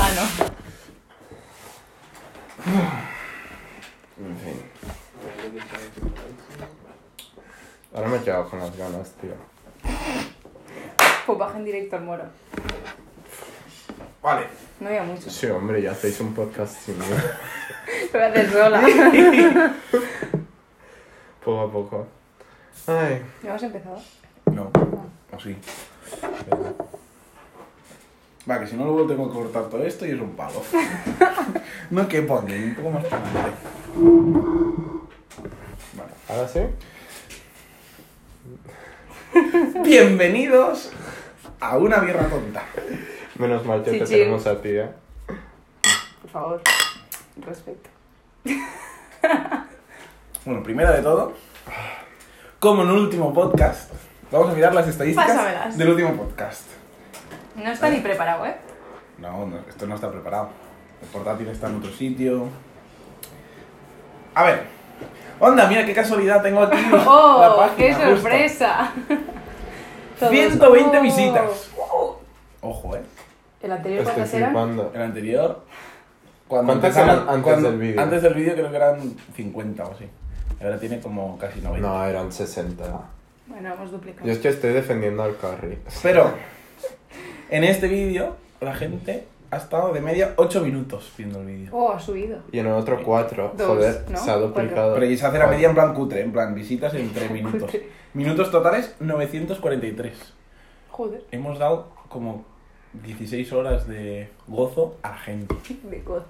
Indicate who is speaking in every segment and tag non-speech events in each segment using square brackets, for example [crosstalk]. Speaker 1: Ah,
Speaker 2: En fin. Ahora me he quedado con las ganas, tío.
Speaker 1: Pues baja en directo al moro.
Speaker 3: Vale.
Speaker 1: No había mucho. [laughs]
Speaker 2: Sí, hombre, ya hacéis un podcast sin mí. [laughs]
Speaker 1: Lo voy a hacer
Speaker 3: [laughs]
Speaker 1: sola.
Speaker 2: Poco a poco. Ay.
Speaker 1: ¿Ya hemos empezado?
Speaker 3: No. Así. Va, que si no luego tengo que cortar todo esto y es un palo. no quepo aquí, un poco más para adelante. Vale.
Speaker 2: [laughs] ¿Ahora sí?
Speaker 3: Bienvenidos a una birra tonta.
Speaker 2: Menos mal que
Speaker 1: Sí,
Speaker 2: te
Speaker 1: sí.
Speaker 2: tenemos a ti, ¿eh?
Speaker 1: Por favor. Respeto.
Speaker 3: Bueno, primero de todo, como en el último podcast, vamos a mirar las estadísticas
Speaker 1: Pásamelas.
Speaker 3: del último podcast.
Speaker 1: No está ni preparado, ¿eh?
Speaker 3: No, no, esto no está preparado. El portátil está en otro sitio. A ver. Onda, mira qué casualidad
Speaker 1: [laughs]
Speaker 3: tengo aquí. [laughs] la
Speaker 1: ¡Oh!
Speaker 3: página,
Speaker 1: ¡Qué
Speaker 3: justo. [laughs]
Speaker 1: sorpresa! Todos,
Speaker 3: 120
Speaker 1: ¡oh!
Speaker 3: visitas. Ojo, eh.
Speaker 1: El anterior
Speaker 2: Estoy
Speaker 1: cuántas eran?
Speaker 2: flipando.
Speaker 3: El anterior. Cuando
Speaker 2: ¿Cuántas
Speaker 3: empezaron-
Speaker 2: eran antes
Speaker 3: cuando-
Speaker 2: del vídeo?
Speaker 3: Antes del vídeo creo que eran 50 o así. Ahora tiene como casi 90.
Speaker 2: No, eran 60.
Speaker 1: Bueno, hemos duplicado.
Speaker 2: Yo es que estoy defendiendo al carry.
Speaker 3: Pero en este vídeo la gente ha estado de media 8 minutos viendo el vídeo.
Speaker 1: ¡Oh! Ha subido.
Speaker 2: Y en el otro 4,
Speaker 1: Dos,
Speaker 2: joder,
Speaker 1: ¿no?
Speaker 2: se ha duplicado.
Speaker 3: Pero ya se hace la media en plan cutre, en plan visitas en 3 minutos.
Speaker 1: [laughs] Cutre.
Speaker 3: Minutos totales 943.
Speaker 1: Joder.
Speaker 3: Hemos dado como 16 horas de gozo a la gente.
Speaker 1: De cojo.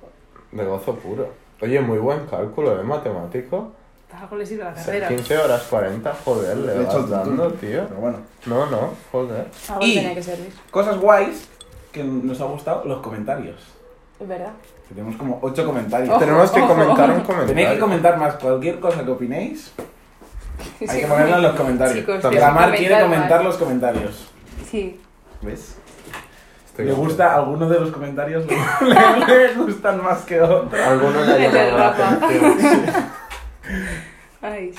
Speaker 2: De gozo puro. Oye, muy buen cálculo, ¿eh? Matemático.
Speaker 1: Para algo le sirve la
Speaker 2: O sea,
Speaker 1: carrera.
Speaker 2: 15 horas 40, joder, le
Speaker 3: De hecho,
Speaker 2: vas
Speaker 3: tú-
Speaker 2: dando,
Speaker 3: tú-
Speaker 2: tío.
Speaker 3: Pero bueno,
Speaker 2: No, no, joder.
Speaker 1: Algo
Speaker 3: Y-
Speaker 1: tenía que servir.
Speaker 3: cosas guays que nos ha gustado los comentarios.
Speaker 1: Es verdad.
Speaker 3: Que tenemos como 8 comentarios.
Speaker 1: Ojo,
Speaker 2: Tenemos que
Speaker 1: ojo.
Speaker 2: comentar un
Speaker 3: [laughs]
Speaker 2: comentario.
Speaker 3: Tenéis que comentar más cualquier cosa que opinéis. Hay
Speaker 1: Sí,
Speaker 3: que ponerlo en los comentarios.
Speaker 1: Chicos,
Speaker 2: También.
Speaker 3: Que la Mar quiere
Speaker 1: comentar más.
Speaker 3: comentar los comentarios.
Speaker 1: Sí.
Speaker 3: ¿Ves?
Speaker 2: Estoy
Speaker 3: Le
Speaker 2: contento.
Speaker 3: gusta, algunos de los comentarios [laughs] le, le- le gustan más que otros.
Speaker 2: Alguno le ha
Speaker 1: El del
Speaker 2: llamado
Speaker 3: [laughs]
Speaker 2: la
Speaker 1: Rafa.
Speaker 2: atención.
Speaker 1: Ay.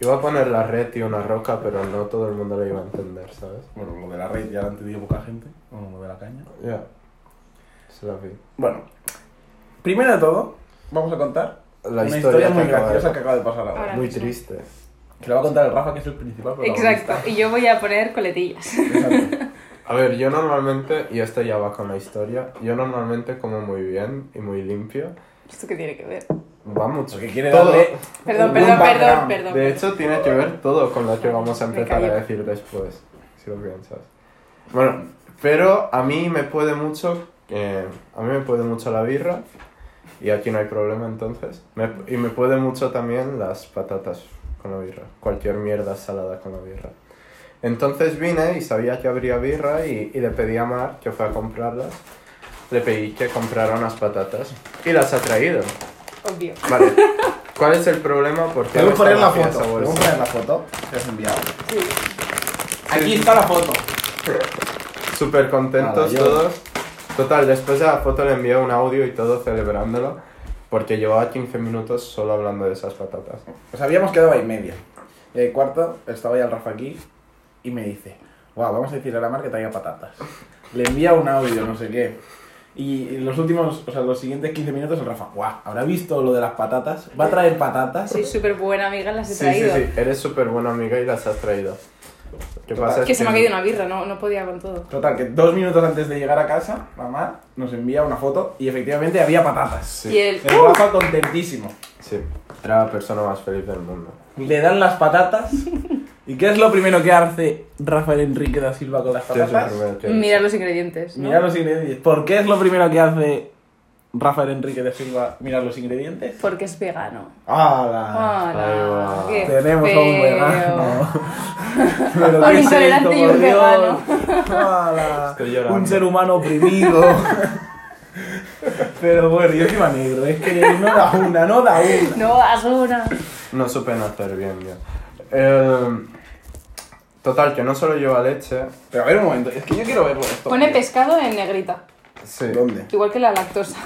Speaker 2: Iba a poner la red y una roca, pero no todo el mundo lo iba a entender, ¿sabes?
Speaker 3: Bueno, lo de la red ya lo han entendido poca gente. Bueno, lo de la caña.
Speaker 2: Ya. Se la vi.
Speaker 3: Bueno, primero de todo, vamos a contar
Speaker 2: La
Speaker 3: una
Speaker 2: historia,
Speaker 3: historia muy
Speaker 2: que acaba de
Speaker 3: graciosa que acaba de pasar ahora.
Speaker 1: Ahora.
Speaker 2: Muy triste.
Speaker 3: Que la va a contar el Rafa, que es el principal protagonista.
Speaker 1: Exacto. Y yo voy a poner coletillas.
Speaker 3: Exacto.
Speaker 2: A ver, yo normalmente, y esto ya va con la historia, yo normalmente como muy bien y muy limpio.
Speaker 1: ¿Esto qué tiene que ver?
Speaker 2: Va mucho.
Speaker 3: Porque quiere
Speaker 2: Todo-
Speaker 3: darle
Speaker 1: Perdón,
Speaker 3: un
Speaker 1: perdón, perdón,
Speaker 3: background.
Speaker 1: perdón.
Speaker 2: De hecho, tiene que ver todo con lo que vamos a
Speaker 1: Me
Speaker 2: empezar a
Speaker 1: callo.
Speaker 2: decir después, si lo piensas. Bueno, pero a mí me puede mucho, eh, a mí me puede mucho la birra, y aquí no hay problema entonces. Me- y me puede mucho también las patatas con la birra, cualquier mierda salada con la birra. Entonces vine y sabía que habría birra y, y le pedí a Mar que fue a comprarlas. Le pedí que comprara unas patatas y las ha traído.
Speaker 1: Obvio.
Speaker 2: Vale. ¿Cuál es el problema? Porque
Speaker 3: Debo
Speaker 2: ahora
Speaker 3: poner
Speaker 2: está
Speaker 3: la
Speaker 2: vacía
Speaker 3: foto.
Speaker 2: esa
Speaker 3: Debo
Speaker 2: bolsa.
Speaker 3: poner la foto que has enviado.
Speaker 1: Sí.
Speaker 3: Aquí está la foto.
Speaker 2: Súper contentos
Speaker 3: Nada, yo-
Speaker 2: todos. Total, después de la foto le envié un audio y todo celebrándolo. Porque llevaba 15 minutos solo hablando de esas patatas.
Speaker 3: Pues habíamos quedado ahí media. Y el cuarto estaba ya el Rafa aquí y me dice, wow, vamos a decir a la Mar que traiga patatas. Le envía un audio, no sé qué. Y los últimos, o sea, los siguientes 15 minutos el Rafa, wow, ¿habrá visto lo de las patatas? ¿Va a traer patatas?
Speaker 1: Soy súper buena amiga, las he
Speaker 2: Sí, sí,
Speaker 1: traído.
Speaker 2: sí. Eres súper buena amiga y las has traído. ¿Qué
Speaker 3: Total.
Speaker 2: pasa? es
Speaker 1: Que se me ha
Speaker 2: que-
Speaker 1: caído una birra, no, no podía con todo.
Speaker 3: Total, que dos minutos antes de llegar a casa, mamá nos envía una foto y efectivamente había patatas.
Speaker 2: Sí.
Speaker 1: Y el.
Speaker 3: El Rafa contentísimo.
Speaker 2: Sí. Era la persona más feliz del mundo.
Speaker 3: Le dan las patatas. ¿Y qué es lo primero que hace Rafael Enrique da Silva con las
Speaker 2: ¿Qué es lo
Speaker 3: patatas?
Speaker 2: primero que
Speaker 1: Mira los ingredientes. ¿no?
Speaker 3: Mirar los ingredientes. ¿Por qué es lo primero que hace Rafael Enrique da Silva mirar los ingredientes?
Speaker 1: Porque es vegano.
Speaker 3: ¡Hala!
Speaker 1: ¡Hala!
Speaker 2: va.
Speaker 1: ¡Qué
Speaker 3: Tenemos a un
Speaker 1: Ah, feo. [laughs]
Speaker 3: vegano. Pero
Speaker 1: Un
Speaker 3: qué es
Speaker 1: intolerante
Speaker 3: esto,
Speaker 1: y un
Speaker 3: por Dios.
Speaker 1: vegano.
Speaker 3: ¡Hala!
Speaker 2: Estoy llorando.
Speaker 3: Un ser humano oprimido. [laughs] Pero bueno, yo encima negro. Es que no da una, no da una.
Speaker 1: No, asuna.
Speaker 2: No supe nacer bien yo. Eh, total, que no solo lleva leche.
Speaker 3: Pero a ver un momento, es que yo quiero verlo esto.
Speaker 1: Pone pescado en negrita.
Speaker 2: Sí.
Speaker 3: ¿Dónde?
Speaker 1: Igual que la lactosa.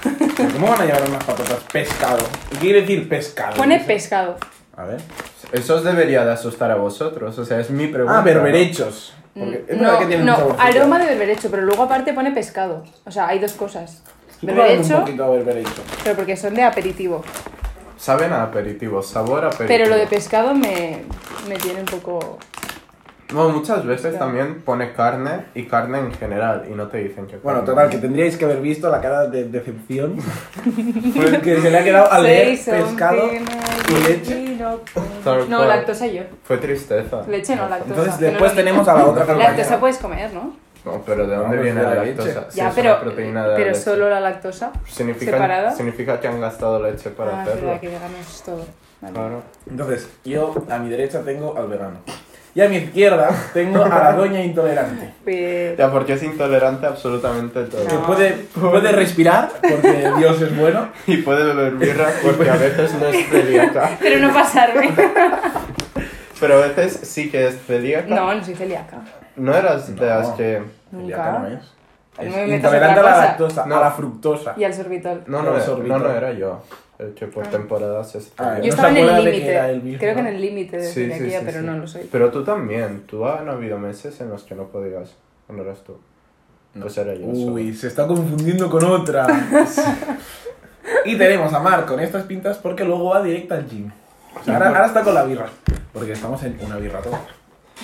Speaker 3: ¿Cómo van a llevar unas patatas pescado? ¿Qué quiere decir pescado?
Speaker 1: Pone
Speaker 3: No sé.
Speaker 1: pescado.
Speaker 3: A ver.
Speaker 2: Eso os debería de asustar a vosotros. O sea, es mi pregunta.
Speaker 3: Ah, berberechos. Porque es verdad
Speaker 1: Mm, no,
Speaker 3: que tienen un
Speaker 1: no
Speaker 3: saborcito.
Speaker 1: aroma de berberecho, pero luego aparte pone pescado. O sea, hay dos cosas. Berberecho.
Speaker 3: un poquito a berberecho.
Speaker 1: Pero porque son de aperitivo.
Speaker 2: Saben a aperitivo, sabor a aperitivo.
Speaker 1: Pero lo de pescado me, me tiene un poco.
Speaker 2: Bueno, muchas veces
Speaker 1: Claro.
Speaker 2: también pone carne y carne en general y no te dicen que
Speaker 3: Bueno,
Speaker 2: carne.
Speaker 3: total, que tendríais que haber visto la cara de decepción
Speaker 1: [laughs]
Speaker 3: pues, que se le ha quedado al leer
Speaker 1: Seis
Speaker 3: pescado. y leche.
Speaker 2: [laughs] Tal
Speaker 1: No,
Speaker 2: cual.
Speaker 1: lactosa yo.
Speaker 2: Fue tristeza.
Speaker 1: Leche no, lactosa.
Speaker 3: Entonces
Speaker 1: que no
Speaker 3: después
Speaker 1: es lo mismo.
Speaker 3: tenemos a la otra
Speaker 1: Lactosa
Speaker 3: compañera.
Speaker 1: puedes comer, ¿no?
Speaker 2: No, pero ¿de
Speaker 3: No,
Speaker 2: dónde
Speaker 3: pero
Speaker 2: viene
Speaker 3: es de
Speaker 2: la
Speaker 3: la leche.
Speaker 2: lactosa? Si
Speaker 1: ya,
Speaker 2: es una
Speaker 1: pero,
Speaker 2: proteína de la
Speaker 1: pero
Speaker 2: leche.
Speaker 1: solo la lactosa.
Speaker 2: Significa,
Speaker 1: separada.
Speaker 2: significa que han gastado leche para
Speaker 1: ah, es
Speaker 2: hacerlo.
Speaker 1: verdad que vegano es todo. Vale.
Speaker 2: Claro.
Speaker 3: Entonces, yo a mi derecha tengo al vegano. Y a mi izquierda tengo a la doña intolerante.
Speaker 1: Pero-
Speaker 2: Ya, porque es intolerante a absolutamente todo.
Speaker 3: Que
Speaker 1: No.
Speaker 3: puede, puede respirar porque Dios es bueno.
Speaker 2: Y puede beber
Speaker 1: [laughs]
Speaker 2: birra porque a veces no es celíaca.
Speaker 1: Pero no pasarme. [laughs]
Speaker 2: Pero a veces sí que es celíaca.
Speaker 1: No, no soy celíaca.
Speaker 2: No eras de las
Speaker 3: No.
Speaker 2: que...
Speaker 3: Celíaca no
Speaker 1: Nunca.
Speaker 3: es.
Speaker 1: No me
Speaker 3: Es
Speaker 1: metas
Speaker 3: Intolerante
Speaker 1: otra
Speaker 3: a la
Speaker 1: cosa.
Speaker 3: lactosa,
Speaker 2: No.
Speaker 3: a la fructosa.
Speaker 1: Y al sorbitol.
Speaker 2: No, no,
Speaker 3: Los
Speaker 2: era-
Speaker 3: orbitos.
Speaker 2: no, no era yo. El que por
Speaker 1: Ah.
Speaker 2: temporadas es
Speaker 3: Ah,
Speaker 2: celíaco.
Speaker 1: Yo
Speaker 3: no
Speaker 1: estaba en
Speaker 3: se
Speaker 1: el
Speaker 3: acuerda de que era el
Speaker 1: límite.
Speaker 3: mismo.
Speaker 1: Creo que en el límite de
Speaker 2: Sí, sí,
Speaker 1: celiaquía,
Speaker 2: sí,
Speaker 1: pero
Speaker 2: sí.
Speaker 1: no lo soy.
Speaker 2: Pero tú también, tú han habido meses en los que no podías, no eras tú.
Speaker 3: No.
Speaker 2: Pues era yo
Speaker 3: Uy, se está confundiendo con [laughs] otra. y tenemos a Mar con estas pintas porque luego va directa al gym. O sea, ahora, ahora está con la birra. Porque estamos en una birra todo.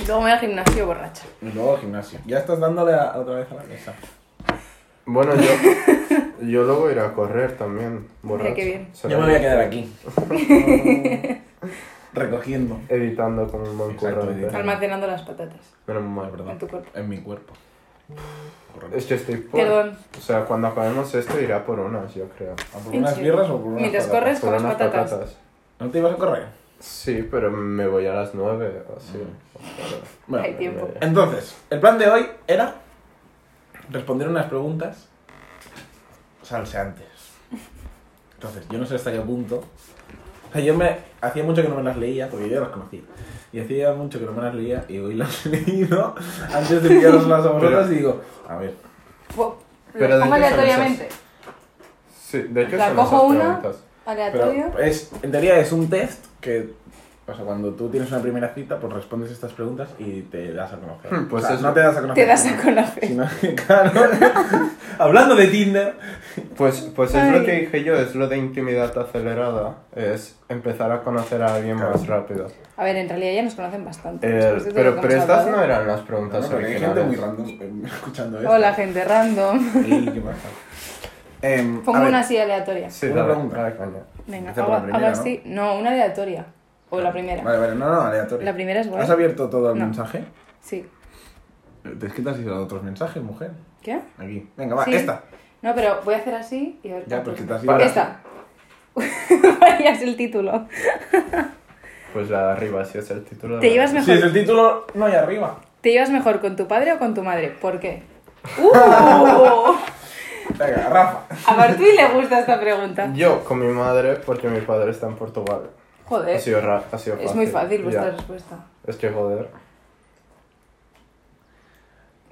Speaker 1: Y luego me voy al gimnasio borracha.
Speaker 3: Y luego al gimnasio. Ya estás dándole a- otra vez a la mesa.
Speaker 2: solo. Bueno, yo,
Speaker 1: [laughs]
Speaker 2: yo luego iré a correr también, borracho.
Speaker 1: qué bien.
Speaker 2: Será
Speaker 3: Yo me voy a quedar aquí. [laughs] Recogiendo.
Speaker 2: Editando como un buen
Speaker 3: Exacto,
Speaker 2: currante.
Speaker 3: editando.
Speaker 1: Almacenando las patatas
Speaker 2: Menos mal,
Speaker 1: en
Speaker 2: ¿verdad?
Speaker 1: tu cuerpo.
Speaker 3: En mi cuerpo. Correcto.
Speaker 2: Es que estoy por...
Speaker 1: Perdón.
Speaker 2: O sea, cuando acabemos esto irá por unas, yo creo.
Speaker 3: ¿A por unas birras o por unas
Speaker 1: Mientras
Speaker 3: patatas?
Speaker 1: corres,
Speaker 2: Por
Speaker 1: comes
Speaker 2: unas
Speaker 1: patatas.
Speaker 3: ¿No te ibas a correr?
Speaker 2: Sí, pero me voy a las nueve, o así.
Speaker 3: Mm. Bueno,
Speaker 1: Hay tiempo.
Speaker 2: vale.
Speaker 3: Entonces, el plan de hoy era responder unas preguntas salseantes. Entonces, yo no sé hasta qué punto. O sea, yo me hacía mucho que no me las leía, porque yo ya las conocía. Y hacía mucho que no me las leía, y hoy las he [laughs] leído antes de enviároslas a vosotras, y digo, a ver,
Speaker 1: Bo-
Speaker 2: Pero
Speaker 1: Lo
Speaker 2: ¿de
Speaker 1: pongo
Speaker 2: qué son
Speaker 1: aleatoriamente.
Speaker 2: Sí, de hecho
Speaker 1: La
Speaker 2: son
Speaker 1: cojo
Speaker 2: esas
Speaker 1: una.
Speaker 2: preguntas.
Speaker 3: pero
Speaker 1: Aleatorio.
Speaker 3: es, en teoría es un test que, o sea, cuando tú tienes una primera cita, pues respondes estas preguntas y te das a conocer.
Speaker 2: Hmm, pues
Speaker 3: O sea,
Speaker 2: es-
Speaker 3: no te das a conocer.
Speaker 1: Te das a
Speaker 3: Si
Speaker 1: conocer.
Speaker 3: no, [laughs] claro. Hablando de Tinder.
Speaker 2: Pues, pues es lo
Speaker 1: Ay.
Speaker 2: que dije yo, es lo de intimidad acelerada. Es empezar a conocer a alguien
Speaker 3: Claro. pues
Speaker 2: más rápido.
Speaker 1: A ver, en realidad ya nos conocen
Speaker 3: Eh,
Speaker 1: bastante.
Speaker 2: El-
Speaker 1: después de todo
Speaker 2: pero
Speaker 1: lo que
Speaker 2: pero
Speaker 1: hemos
Speaker 2: estas
Speaker 1: hablado.
Speaker 2: no eran las preguntas
Speaker 3: hay
Speaker 2: originales.
Speaker 3: gente muy random eh, [laughs] escuchando esto.
Speaker 1: Hola, gente
Speaker 3: [laughs]
Speaker 1: random.
Speaker 3: Ey, ¿qué pasa? Em, a
Speaker 1: Pongo
Speaker 3: ver,
Speaker 1: una así aleatoria.
Speaker 2: Sí,
Speaker 3: Una
Speaker 2: dale,
Speaker 3: pregunta.
Speaker 2: dale caña.
Speaker 1: Venga,
Speaker 3: Empieza por
Speaker 1: hago,
Speaker 3: la primera,
Speaker 1: hago
Speaker 3: ¿no?
Speaker 1: así. ¿no? una aleatoria. O la primera.
Speaker 3: Vale, vale, no, no, aleatorio.
Speaker 1: La primera es guay.
Speaker 3: ¿Has abierto todo el
Speaker 1: No.
Speaker 3: mensaje?
Speaker 1: Sí.
Speaker 3: ¿Te es que te has ido a otros mensajes, mujer?
Speaker 1: ¿Qué?
Speaker 3: Aquí. Venga, va,
Speaker 1: Sí. [laughs]
Speaker 3: esta.
Speaker 1: No, pero voy a hacer así y a ver.
Speaker 3: Ya,
Speaker 1: cuántos-
Speaker 3: porque te has ido.
Speaker 2: Para.
Speaker 1: Esta. [laughs] ya es el título.
Speaker 2: Pues la de arriba, si es el título. de
Speaker 1: Te
Speaker 2: la-
Speaker 1: llevas mejor.
Speaker 3: Si es el título, no hay arriba.
Speaker 1: ¿Te llevas mejor con tu padre o con tu madre? ¿Por qué?
Speaker 3: [laughs]
Speaker 1: ¡Uh!
Speaker 3: Venga,
Speaker 1: [laughs]
Speaker 3: Rafa.
Speaker 1: A Martín le gusta esta pregunta.
Speaker 2: Yo con mi madre, porque mi padre está en Portugal. Ha
Speaker 1: Joder,
Speaker 2: sido, ra- ha sido fácil.
Speaker 1: Eh, es muy fácil vuestra
Speaker 2: Ya.
Speaker 1: respuesta. [laughs]
Speaker 2: Es que joder.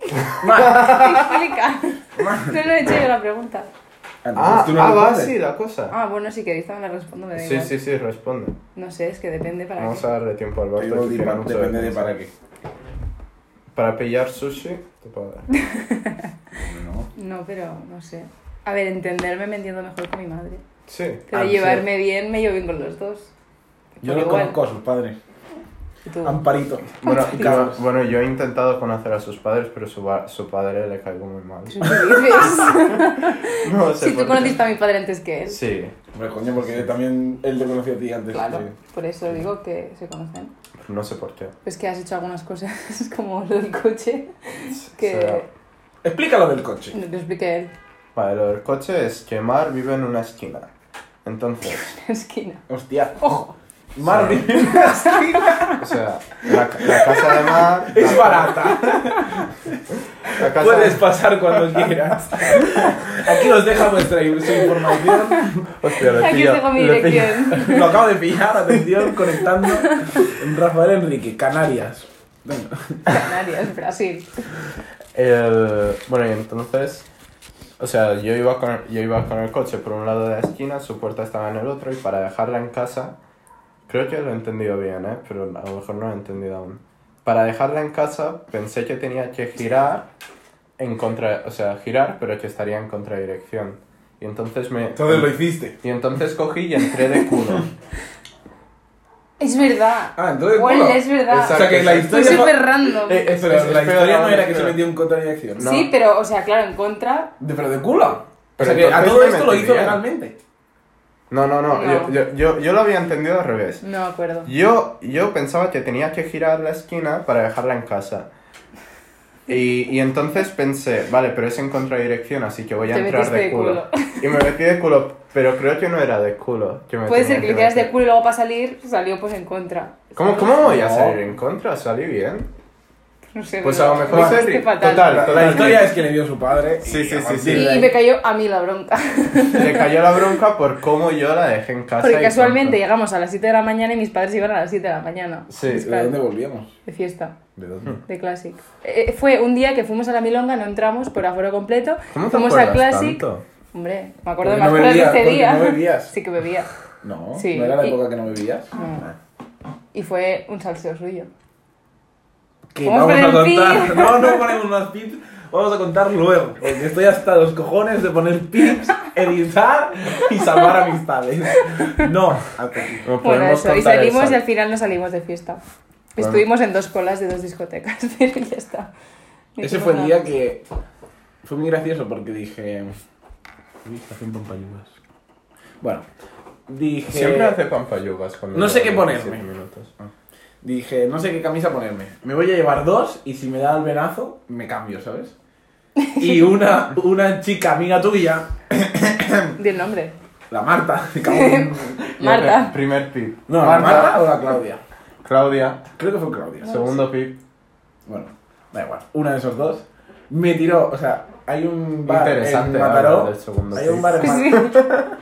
Speaker 1: Explica.
Speaker 3: [laughs]
Speaker 1: No lo he hecho yo la pregunta.
Speaker 2: Ah,
Speaker 3: Entonces, ¿tú no
Speaker 2: ah, va
Speaker 3: respondes?
Speaker 2: así la cosa.
Speaker 1: Ah, bueno, si queréis también la respondo, me da
Speaker 2: sí,
Speaker 1: igual.
Speaker 2: sí, sí, responde.
Speaker 1: No sé, es que depende para
Speaker 2: Vamos
Speaker 1: qué.
Speaker 2: a darle tiempo al
Speaker 3: Yo
Speaker 2: barco.
Speaker 3: digo,
Speaker 2: que
Speaker 3: dipa-
Speaker 2: no
Speaker 3: Depende
Speaker 2: sabe
Speaker 3: de para qué.
Speaker 2: Para pillar sushi, tu padre.
Speaker 3: No.
Speaker 1: No, pero no sé. A ver, entenderme me entiendo mejor con mi madre.
Speaker 2: Sí.
Speaker 1: Pero
Speaker 3: Ah, sí.
Speaker 1: llevarme bien, me llevo bien con los dos.
Speaker 3: Yo
Speaker 1: Por
Speaker 3: no
Speaker 1: igual.
Speaker 3: conozco a sus padres.
Speaker 1: Y tú. [laughs]
Speaker 3: Amparito.
Speaker 2: Bueno,
Speaker 3: Y
Speaker 2: yo,
Speaker 3: Carlos.
Speaker 2: bueno, yo he intentado conocer a sus padres, pero su, ba- su padre le caigo muy mal.
Speaker 1: ¿Qué dices?
Speaker 2: [laughs] No sé
Speaker 1: si tú
Speaker 2: por qué.
Speaker 1: conociste a mi padre antes que él.
Speaker 2: Sí,
Speaker 3: Hombre, coño, porque también él te conoció a ti antes.
Speaker 1: Claro,
Speaker 3: Sí.
Speaker 1: por eso digo que se conocen.
Speaker 2: no sé por qué.
Speaker 1: Pues que has hecho algunas cosas [laughs] como lo del coche, que
Speaker 2: Será-
Speaker 3: Explícalo del coche.
Speaker 1: no te expliqué él
Speaker 2: Vale, lo del coche es que Mar vive en una esquina. Entonces,
Speaker 1: en la [laughs] esquina.
Speaker 3: Hostia.
Speaker 1: ¡Ojo!
Speaker 3: Mar
Speaker 2: [laughs] Sí.
Speaker 3: vive en la esquina.
Speaker 2: o sea, la, ca- la casa de Mar.
Speaker 3: [laughs] [laughs] Es
Speaker 2: la-
Speaker 3: barata.
Speaker 2: la casa-
Speaker 3: Puedes pasar
Speaker 2: [laughs]
Speaker 3: cuando quieras. Aquí os deja vuestra su información.
Speaker 2: Hostia,
Speaker 1: [laughs]
Speaker 2: le
Speaker 1: Aquí
Speaker 2: pillo,
Speaker 1: tengo mi
Speaker 2: le pillo.
Speaker 1: dirección.
Speaker 3: Lo acabo de pillar, atención, conectando. Rafael Enrique, Canarias. Venga.
Speaker 1: [laughs] Canarias, Brasil.
Speaker 2: El- bueno, y entonces, o sea, yo iba, con, yo iba con el coche por un lado de la esquina, su puerta estaba en el otro, y para dejarla en casa, creo que lo he entendido bien, ¿eh? pero a lo mejor no lo he entendido aún. Para dejarla en casa, pensé que tenía que girar en contra, o sea, girar, pero que estaría en contradirección. Y entonces me...
Speaker 3: Entonces lo hiciste.
Speaker 2: Y entonces cogí y entré de
Speaker 3: [laughs]
Speaker 2: culo.
Speaker 1: Es verdad.
Speaker 3: Ah, entonces.
Speaker 1: Huele,
Speaker 3: bueno.
Speaker 1: es verdad.
Speaker 3: O sea que la
Speaker 1: Fue
Speaker 3: historia.
Speaker 1: súper random.
Speaker 2: Eh, eh,
Speaker 3: Pero la
Speaker 2: espera,
Speaker 3: historia no
Speaker 2: ahora
Speaker 3: era que se
Speaker 2: quiero-
Speaker 3: metió en contra de dirección.
Speaker 2: no.
Speaker 1: Sí, pero, o sea, claro, en contra.
Speaker 3: De- Pero de culo.
Speaker 2: Pero
Speaker 3: o sea que a
Speaker 2: entonces
Speaker 3: todo
Speaker 2: me
Speaker 3: esto lo hizo
Speaker 2: entendieron.
Speaker 3: legalmente.
Speaker 2: No, no, no,
Speaker 1: No.
Speaker 2: Yo, yo, yo, yo lo había entendido al revés.
Speaker 1: No me acuerdo.
Speaker 2: Yo, yo pensaba que tenía que girar la esquina para dejarla en casa. Y, y entonces pensé, vale, pero es en contradirección, así que voy a
Speaker 1: Te
Speaker 2: entrar
Speaker 1: metiste
Speaker 2: de
Speaker 1: de
Speaker 2: culo. Y me metí de culo, pero creo que no era de culo. que me
Speaker 1: Puede
Speaker 2: tenía
Speaker 1: ser que le quedas de
Speaker 2: meter.
Speaker 1: culo y luego para salir salió pues en contra.
Speaker 2: ¿Cómo, ¿Cómo voy a
Speaker 3: No.
Speaker 2: salir en contra? Salí bien.
Speaker 1: No sé.
Speaker 2: Pues
Speaker 1: me-
Speaker 2: a lo mejor
Speaker 1: me
Speaker 2: se
Speaker 1: hiciste
Speaker 2: ri-
Speaker 1: fatal.
Speaker 2: total.
Speaker 3: La, la historia es que le vio su padre. y
Speaker 2: Sí, sí,
Speaker 3: a
Speaker 2: sí,
Speaker 3: partir
Speaker 2: sí.
Speaker 1: Y,
Speaker 3: de
Speaker 1: y
Speaker 3: ahí-
Speaker 1: me cayó a mí la bronca.
Speaker 2: Le cayó la bronca por cómo yo la dejé en casa.
Speaker 1: Porque
Speaker 2: y
Speaker 1: casualmente
Speaker 2: punto.
Speaker 1: llegamos a las 7 de la mañana y mis padres iban a las 7 de la mañana.
Speaker 2: Sí,
Speaker 1: Mis
Speaker 3: ¿De dónde
Speaker 1: padres.
Speaker 3: volvíamos?
Speaker 1: De fiesta,
Speaker 3: ¿De dónde?
Speaker 1: de Classic. Eh, fue un día que fuimos a la Milonga, no entramos por aforo completo.
Speaker 2: ¿Cómo te
Speaker 1: fuimos
Speaker 2: acuerdas
Speaker 1: a Classic.
Speaker 2: tanto?
Speaker 1: Hombre, me acuerdo de
Speaker 3: Porque
Speaker 1: más
Speaker 3: no
Speaker 1: cosas de
Speaker 3: bebías,
Speaker 1: ese
Speaker 3: porque
Speaker 1: día.
Speaker 3: no bebías.
Speaker 1: [laughs] Sí que bebía.
Speaker 3: No,
Speaker 1: Sí,
Speaker 3: ¿no era la
Speaker 1: y-
Speaker 3: época que no bebías?
Speaker 2: Ah.
Speaker 1: No. Y fue un salseo suyo.
Speaker 3: Que
Speaker 1: Vamos
Speaker 3: vamos
Speaker 1: con
Speaker 3: a
Speaker 1: el
Speaker 3: contar.
Speaker 1: pip.
Speaker 3: [laughs] No, no ponemos más pips. Vamos a contar luego. Porque estoy hasta los cojones de poner pips, editar y salvar amistades. No, hasta aquí.
Speaker 2: No
Speaker 1: Bueno,
Speaker 2: podemos
Speaker 1: eso. Y
Speaker 2: contar el
Speaker 1: salimos y
Speaker 2: sal-
Speaker 1: al final no salimos de fiesta.
Speaker 2: Bueno.
Speaker 1: Estuvimos en dos colas de dos discotecas, [laughs] pero ya está. No
Speaker 3: Ese
Speaker 1: hicimos
Speaker 3: fue el
Speaker 1: nada.
Speaker 3: día que fue muy gracioso porque dije. Uy, está haciendo pampayugas. Bueno, dije.
Speaker 2: Siempre hace pampayugas cuando
Speaker 3: No sé
Speaker 2: llevo
Speaker 3: qué ponerme.
Speaker 2: 17 minutos.
Speaker 3: Dije, no sé qué camisa ponerme. Me voy a llevar dos y si me da el venazo, me cambio, ¿sabes? Y una, una chica amiga tuya,
Speaker 1: Di el nombre.
Speaker 3: la Marta, [laughs] me cago en-
Speaker 1: Marta.
Speaker 2: Ya, Primer pip.
Speaker 3: No, la Marta o la Claudia.
Speaker 2: Claudia.
Speaker 3: Creo que fue Claudia.
Speaker 2: Segundo pip.
Speaker 3: Bueno, da igual. Una de esos dos me tiró, o sea, hay un bar
Speaker 2: Interesante,
Speaker 3: en
Speaker 2: ahora,
Speaker 3: Mataró.
Speaker 2: del segundo
Speaker 3: Hay
Speaker 2: pip.
Speaker 3: un bar en
Speaker 1: Sí.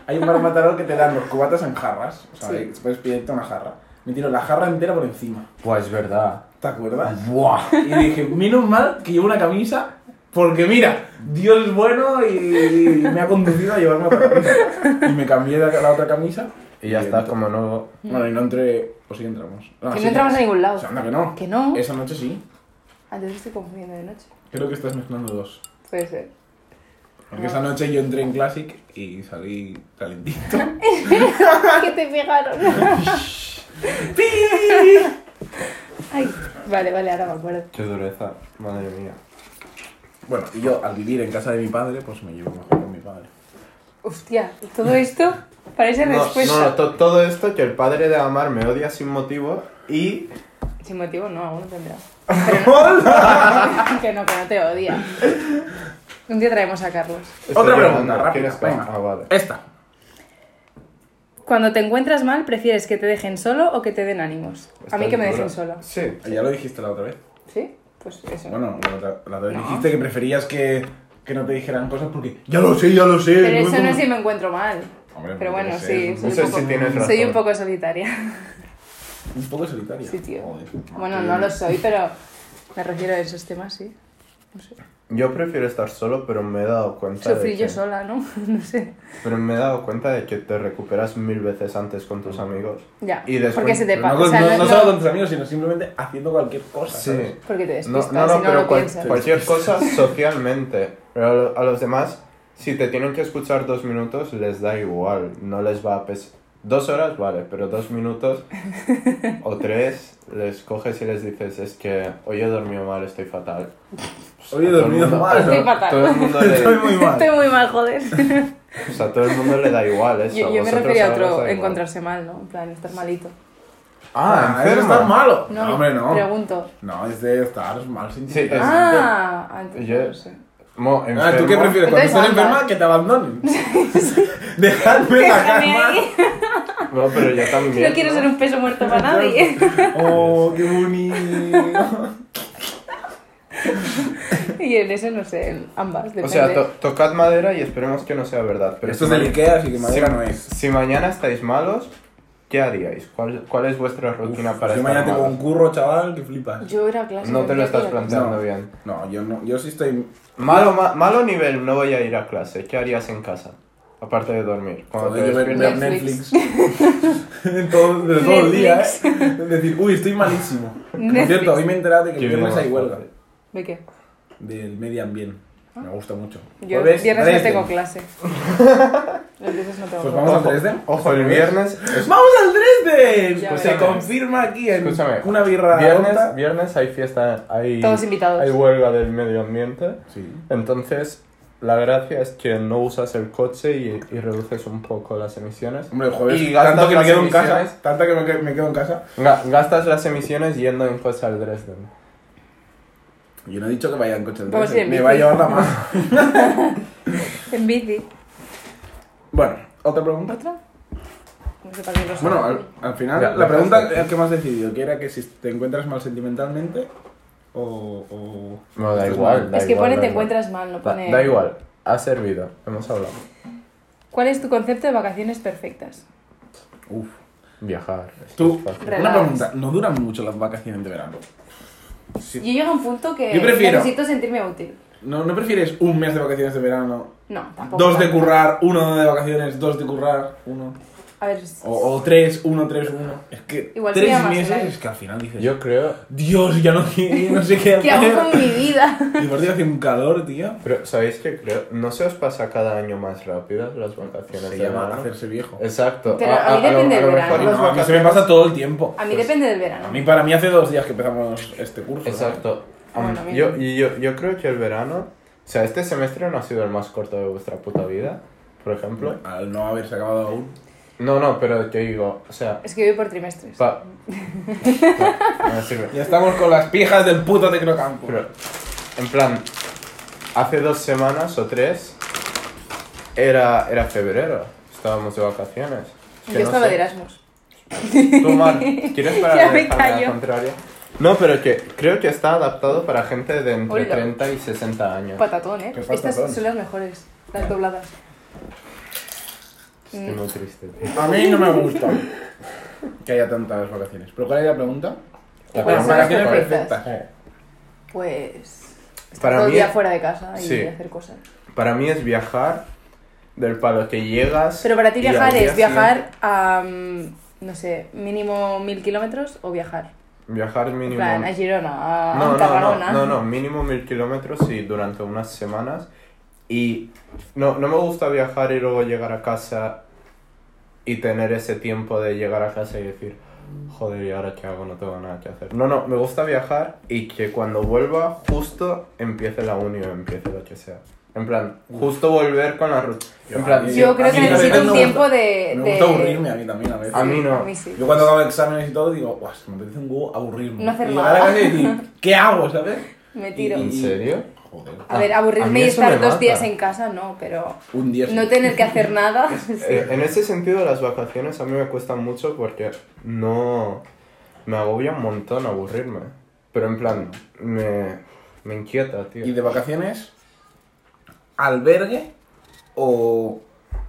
Speaker 3: Hay un bar en Mataró que te dan los cubatas en jarras. O sea,
Speaker 1: Sí.
Speaker 3: ahí puedes pedirte una jarra. Me tiró la jarra entera por encima.
Speaker 2: Buah, es verdad.
Speaker 3: ¿Te acuerdas?
Speaker 2: Buah.
Speaker 3: Y dije, menos mal que llevo una camisa. Porque mira, Dios es bueno y me ha conducido a llevarme otra camisa. Y me cambié la, la otra camisa.
Speaker 2: Y ya está,
Speaker 3: entré.
Speaker 2: como nuevo.
Speaker 3: Bueno, y no entré. O sí entramos.
Speaker 1: [laughs] Que
Speaker 3: sí,
Speaker 1: no entramos a ningún
Speaker 3: O
Speaker 1: lado.
Speaker 3: sea, anda que no.
Speaker 1: Que no.
Speaker 3: Esa noche sí.
Speaker 1: Ah, entonces estoy confundiendo de noche.
Speaker 3: Creo que estás mezclando dos.
Speaker 1: Puede
Speaker 2: [laughs]
Speaker 1: ser.
Speaker 3: Porque
Speaker 1: No.
Speaker 3: esa noche yo entré en Classic y salí
Speaker 1: [laughs]
Speaker 3: calentito.
Speaker 1: que te
Speaker 2: [laughs]
Speaker 1: pegaron. Ay, vale, vale, ahora me acuerdo.
Speaker 2: Qué dureza. Madre mía.
Speaker 3: Bueno, y yo al vivir en casa de mi padre, pues me llevo mejor con mi padre.
Speaker 1: Hostia, todo esto parece
Speaker 2: No,
Speaker 1: respuesta.
Speaker 2: no, to- todo esto que el padre de Amar me odia sin motivo y
Speaker 1: Sin motivo, no, alguno
Speaker 2: [laughs]
Speaker 1: tendrá. Pero no, [laughs] que no, que no te odia. Un día traemos a Carlos.
Speaker 2: Estoy
Speaker 3: Otra
Speaker 2: llorando,
Speaker 3: pregunta, rápida,
Speaker 2: ¿quieres que-
Speaker 3: venga.
Speaker 2: Ah, vale.
Speaker 3: Esta.
Speaker 1: Cuando te encuentras mal, ¿prefieres que te dejen solo o que te den ánimos? a mí
Speaker 2: Está
Speaker 1: que me
Speaker 2: dura.
Speaker 1: dejen sola.
Speaker 2: Sí.
Speaker 3: Ya lo dijiste la otra vez.
Speaker 1: ¿Sí? Pues eso.
Speaker 3: Bueno, la otra, la otra vez
Speaker 1: No.
Speaker 3: dijiste que preferías que, que no te dijeran cosas porque ya lo sé, ya lo sé.
Speaker 1: pero
Speaker 3: no
Speaker 1: eso
Speaker 3: me-
Speaker 1: no es si me encuentro mal.
Speaker 3: Hombre,
Speaker 1: Pero
Speaker 3: puede
Speaker 1: bueno,
Speaker 3: ser,
Speaker 1: sí,
Speaker 3: es
Speaker 2: No
Speaker 1: soy,
Speaker 2: sé
Speaker 1: un poco,
Speaker 2: si tienes razón.
Speaker 1: soy un poco solitaria.
Speaker 3: Un poco solitaria.
Speaker 1: Sí, tío.
Speaker 3: Joder.
Speaker 1: Bueno, no lo soy, pero me refiero a esos temas, sí. No sé.
Speaker 2: Yo prefiero estar solo, pero me he dado cuenta
Speaker 1: Sufrí
Speaker 2: de
Speaker 1: yo
Speaker 2: que-
Speaker 1: sola, ¿no? [laughs] No sé.
Speaker 2: Pero me he dado cuenta de que te recuperas mil veces antes con tus amigos.
Speaker 1: Ya.
Speaker 2: Y después-
Speaker 1: porque se te
Speaker 3: Pero
Speaker 1: pasa.
Speaker 3: no,
Speaker 1: o sea,
Speaker 3: no-
Speaker 1: no-
Speaker 3: no
Speaker 1: no-
Speaker 3: solo con tus amigos, sino simplemente haciendo cualquier cosa. ¿sabes?
Speaker 1: porque te
Speaker 2: No,
Speaker 1: despistas
Speaker 2: no, no,
Speaker 1: y no
Speaker 2: pero
Speaker 1: lo
Speaker 2: cual-
Speaker 1: piensas.
Speaker 2: cualquier
Speaker 3: Pues,
Speaker 2: cosa
Speaker 3: [laughs]
Speaker 2: socialmente. Pero a lo- a los demás, si te tienen que escuchar dos minutos, les da igual. No les va a pesar. Dos horas, vale, pero
Speaker 1: [laughs]
Speaker 2: dos minutos o tres, les coges y les dices, es que hoy he dormido mal, estoy fatal.
Speaker 3: Hoy
Speaker 2: A todo
Speaker 3: he
Speaker 2: el
Speaker 3: dormido
Speaker 2: mundo-
Speaker 3: mal.
Speaker 2: a todo-
Speaker 1: Estoy fatal.
Speaker 2: Todo el mundo [laughs] le,
Speaker 3: [laughs] Estoy muy mal.
Speaker 1: [laughs] Estoy muy mal, joder.
Speaker 2: o sea, a todo el mundo le da igual eso.
Speaker 1: Yo, yo me
Speaker 2: vosotros
Speaker 1: refería a
Speaker 2: ahora os
Speaker 1: otro,
Speaker 2: da igual.
Speaker 1: encontrarse mal, ¿no? En plan, estar malito.
Speaker 2: Ah,
Speaker 3: eso
Speaker 2: enferma.
Speaker 3: está malo.
Speaker 1: No,
Speaker 3: hombre, no.
Speaker 1: pregunto.
Speaker 3: No, es de estar mal sin
Speaker 2: Sí, es-
Speaker 1: Ah, antes
Speaker 2: Yo-
Speaker 1: no sé.
Speaker 2: Mo-
Speaker 3: Ah, ¿tú qué
Speaker 2: enfermo.
Speaker 3: prefieres?
Speaker 1: Entonces,
Speaker 3: Cuando estás
Speaker 1: ambas.
Speaker 3: enferma, que
Speaker 1: [laughs]
Speaker 3: te abandonen. Dejadme en la
Speaker 1: Déjame
Speaker 3: cama.
Speaker 1: ahí.
Speaker 2: No, pero
Speaker 1: [laughs]
Speaker 2: yo también.
Speaker 1: No quiero ser un peso muerto para nadie. [laughs]
Speaker 3: Oh, qué bonito.
Speaker 1: Y en eso no sé, en ambas, depende.
Speaker 2: O sea, to- tocad madera y esperemos que no sea verdad. Pero
Speaker 3: Esto es
Speaker 2: si
Speaker 3: del
Speaker 2: ma-
Speaker 3: Ikea, así que madera
Speaker 2: si-
Speaker 3: no es.
Speaker 2: Si mañana estáis malos, ¿qué haríais? ¿Cuál, cuál es vuestra rutina para
Speaker 3: yo
Speaker 2: estar
Speaker 3: mañana tengo un
Speaker 2: malos?
Speaker 3: curro, chaval, que flipas.
Speaker 1: Yo era clase.
Speaker 2: No te lo estás
Speaker 1: planteando.
Speaker 2: planteando
Speaker 3: No.
Speaker 2: bien.
Speaker 3: No, yo no, yo sí estoy.
Speaker 2: Malo, ma- malo nivel, no voy a ir a clase. ¿Qué harías en casa? Aparte de dormir. Cuando
Speaker 3: Joder, yo
Speaker 2: te
Speaker 3: ver ver
Speaker 2: despiertas.
Speaker 1: Netflix. [laughs]
Speaker 3: Netflix. [laughs] todo, de todo el día,
Speaker 1: Netflix.
Speaker 3: ¿eh? Decir, uy, estoy malísimo. Por
Speaker 1: Netflix.
Speaker 3: cierto, hoy me he enterado de que
Speaker 2: Qué
Speaker 3: el viernes
Speaker 2: vida
Speaker 3: hay
Speaker 2: más
Speaker 3: huelga
Speaker 2: fácil.
Speaker 1: ¿De qué?
Speaker 3: del medio ambiente.
Speaker 1: Ah.
Speaker 3: Me gusta mucho.
Speaker 1: Yo
Speaker 3: Jueves,
Speaker 1: viernes no
Speaker 3: Dresden.
Speaker 1: tengo clase. Los viernes no tengo
Speaker 3: Pues
Speaker 1: clase.
Speaker 3: vamos al Dresden.
Speaker 2: Ojo, el viernes.
Speaker 3: ¡Vamos al Dresden!
Speaker 1: Ya
Speaker 3: Pues se
Speaker 1: verás.
Speaker 3: confirma aquí en
Speaker 2: Escúchame.
Speaker 3: una birra
Speaker 2: Viernes,
Speaker 3: tonta.
Speaker 2: viernes hay fiesta, hay,
Speaker 1: Todos invitados.
Speaker 2: hay huelga del medio ambiente.
Speaker 3: Sí.
Speaker 2: Entonces, la gracia es que no usas el coche y, y reduces un poco las emisiones.
Speaker 3: Hombre, el jueves.
Speaker 2: Y gastas
Speaker 3: tanto que me
Speaker 2: las
Speaker 3: quedo en casa.
Speaker 2: emisiones.
Speaker 3: Tanto que me que- me quedo en casa.
Speaker 2: Ga- gastas las emisiones yendo en coche al Dresden.
Speaker 3: Yo no he dicho que vaya en coche al
Speaker 1: Vamos
Speaker 3: Dresden.
Speaker 1: en
Speaker 3: Me
Speaker 1: bici.
Speaker 3: va a llevar la mano. [laughs]
Speaker 1: En bici.
Speaker 3: Bueno, ¿otra pregunta?
Speaker 1: ¿Otra? No sé para qué lo sé.
Speaker 3: Bueno, al, al final,
Speaker 2: Ya,
Speaker 3: la
Speaker 2: ya
Speaker 3: pregunta
Speaker 2: está.
Speaker 3: que más decidido, que era que si te encuentras mal sentimentalmente o... o-
Speaker 2: No, da
Speaker 3: estás
Speaker 2: igual.
Speaker 3: mal.
Speaker 2: da
Speaker 1: es que
Speaker 2: igual,
Speaker 1: pone
Speaker 2: da
Speaker 1: te
Speaker 2: igual.
Speaker 1: encuentras mal, no
Speaker 2: Da,
Speaker 1: pone...
Speaker 2: da igual, ha servido, hemos hablado.
Speaker 1: ¿Cuál es tu concepto de vacaciones perfectas?
Speaker 3: Uf.
Speaker 2: Viajar. es
Speaker 3: Tú,
Speaker 2: fácil.
Speaker 1: Relax.
Speaker 3: una pregunta, ¿no duran mucho las vacaciones de verano? Sí.
Speaker 1: Yo llego a un punto que
Speaker 3: Yo prefiero-
Speaker 1: necesito sentirme útil.
Speaker 3: ¿No, ¿No prefieres un mes de vacaciones de verano,
Speaker 1: No, tampoco.
Speaker 3: dos de
Speaker 1: tanto.
Speaker 3: currar, uno de vacaciones, dos de currar, uno?
Speaker 1: A ver,
Speaker 3: O, o tres, uno, tres, uno. Es que
Speaker 1: Igual sería
Speaker 3: tres
Speaker 1: más
Speaker 3: meses
Speaker 1: light.
Speaker 3: es que al final dices...
Speaker 2: Yo creo.
Speaker 3: Dios, ya no, qui- no sé qué
Speaker 1: ¿qué hago
Speaker 3: hacer.
Speaker 1: con mi vida?
Speaker 3: Y por ti hace un calor, tío.
Speaker 2: Pero, ¿sabéis qué creo? ¿No se os pasa cada año más rápido las vacaciones
Speaker 3: Se
Speaker 2: de
Speaker 3: llama
Speaker 2: verano?
Speaker 3: hacerse viejo.
Speaker 2: Exacto.
Speaker 1: Pero a mí
Speaker 2: lo-
Speaker 1: depende del
Speaker 2: lo
Speaker 1: verano.
Speaker 2: mejor las
Speaker 3: No, a mí se me
Speaker 2: vacaciones-
Speaker 3: pasa todo el tiempo.
Speaker 1: A mí depende del verano.
Speaker 3: A mí, para mí hace dos días que empezamos este curso. ¿no?
Speaker 2: Exacto.
Speaker 1: Ah, bueno, mira.
Speaker 2: yo, y yo, yo creo que el verano, o sea, este semestre no ha sido el más corto de vuestra puta vida, por ejemplo.
Speaker 3: Al no haberse acabado aún.
Speaker 2: No, no, pero te digo, o sea,
Speaker 1: Es que voy por trimestres. [laughs]
Speaker 2: pa- No, no me sirve.
Speaker 3: Ya estamos con las pijas del puto tecnocampo.
Speaker 2: Pero, en plan, hace dos semanas o tres era, era febrero, estábamos de vacaciones. Es que
Speaker 1: Yo
Speaker 2: no
Speaker 1: estaba
Speaker 2: sé.
Speaker 1: de Erasmus.
Speaker 2: Tú, Mar, ¿quieres
Speaker 1: [laughs]
Speaker 2: parar
Speaker 1: Ya
Speaker 2: de
Speaker 1: me
Speaker 2: dejarme
Speaker 1: callo.
Speaker 2: al contrario? No, pero que creo que está adaptado para gente de entre
Speaker 1: Hola.
Speaker 2: 30 y 60 años.
Speaker 1: Patatón, ¿eh?
Speaker 3: Qué patatón.
Speaker 1: Estas son las mejores, las dobladas.
Speaker 2: Estoy muy triste, tío.
Speaker 3: A mí no me gusta que haya tantas vacaciones. ¿Pero cuál es la pregunta?
Speaker 2: La
Speaker 1: Bueno,
Speaker 3: Las
Speaker 2: pregunta-
Speaker 3: vacaciones
Speaker 1: perfectas.
Speaker 3: perfectas. Eh,
Speaker 1: Pues... Estar
Speaker 2: Para
Speaker 1: todo el
Speaker 2: mí-
Speaker 1: día fuera de casa y
Speaker 2: Sí.
Speaker 1: hacer cosas.
Speaker 2: Para mí es viajar del palo que llegas.
Speaker 1: Pero para ti
Speaker 2: y al
Speaker 1: viajar
Speaker 2: día
Speaker 1: es viajar a... mm, No sé, mínimo mil kilómetros o viajar.
Speaker 2: siguiente- Viajar
Speaker 1: En
Speaker 2: mínimo.
Speaker 1: plan, a Girona, a
Speaker 2: no, no,
Speaker 1: Tarragona.
Speaker 2: no, no, no, mínimo mil kilómetros y durante unas semanas. Y no, no me gusta viajar y luego llegar a casa y tener ese tiempo de llegar a casa y decir, joder, ¿y ahora qué hago? No tengo nada que hacer. No, no, me gusta viajar y que cuando vuelva justo empiece la uni o empiece lo que sea. En plan, justo volver con la rutina. En plan,
Speaker 1: Yo creo
Speaker 3: A
Speaker 1: que
Speaker 3: mí la
Speaker 1: necesito
Speaker 3: verdad
Speaker 1: un
Speaker 3: no me
Speaker 1: tiempo
Speaker 3: gusta.
Speaker 1: de...
Speaker 3: Me
Speaker 1: Eh, de-
Speaker 3: gusta aburrirme a mí también a veces.
Speaker 2: A mí no.
Speaker 1: A mí sí.
Speaker 3: Yo cuando acabo exámenes y todo digo, guau, es que me apetece un huevo aburrirme.
Speaker 1: No hacer
Speaker 3: y llegar a
Speaker 1: nada.
Speaker 3: casa y decir, ¿qué hago, sabes?
Speaker 1: Me tiro.
Speaker 2: ¿En serio?
Speaker 3: Joder.
Speaker 1: A ver,
Speaker 2: Ah, a
Speaker 1: aburrirme
Speaker 2: mí
Speaker 1: y
Speaker 2: eso me
Speaker 1: estar
Speaker 2: mata.
Speaker 1: dos días en casa, no, pero
Speaker 3: Un día. sí.
Speaker 1: no tener que hacer nada.
Speaker 2: [laughs]
Speaker 1: sí.
Speaker 2: Eh, en ese sentido, las vacaciones a mí me cuestan mucho porque no. Me agobia un montón aburrirme. Pero en plan, me, me inquieta, tío.
Speaker 3: ¿Y de vacaciones? ¿Albergue o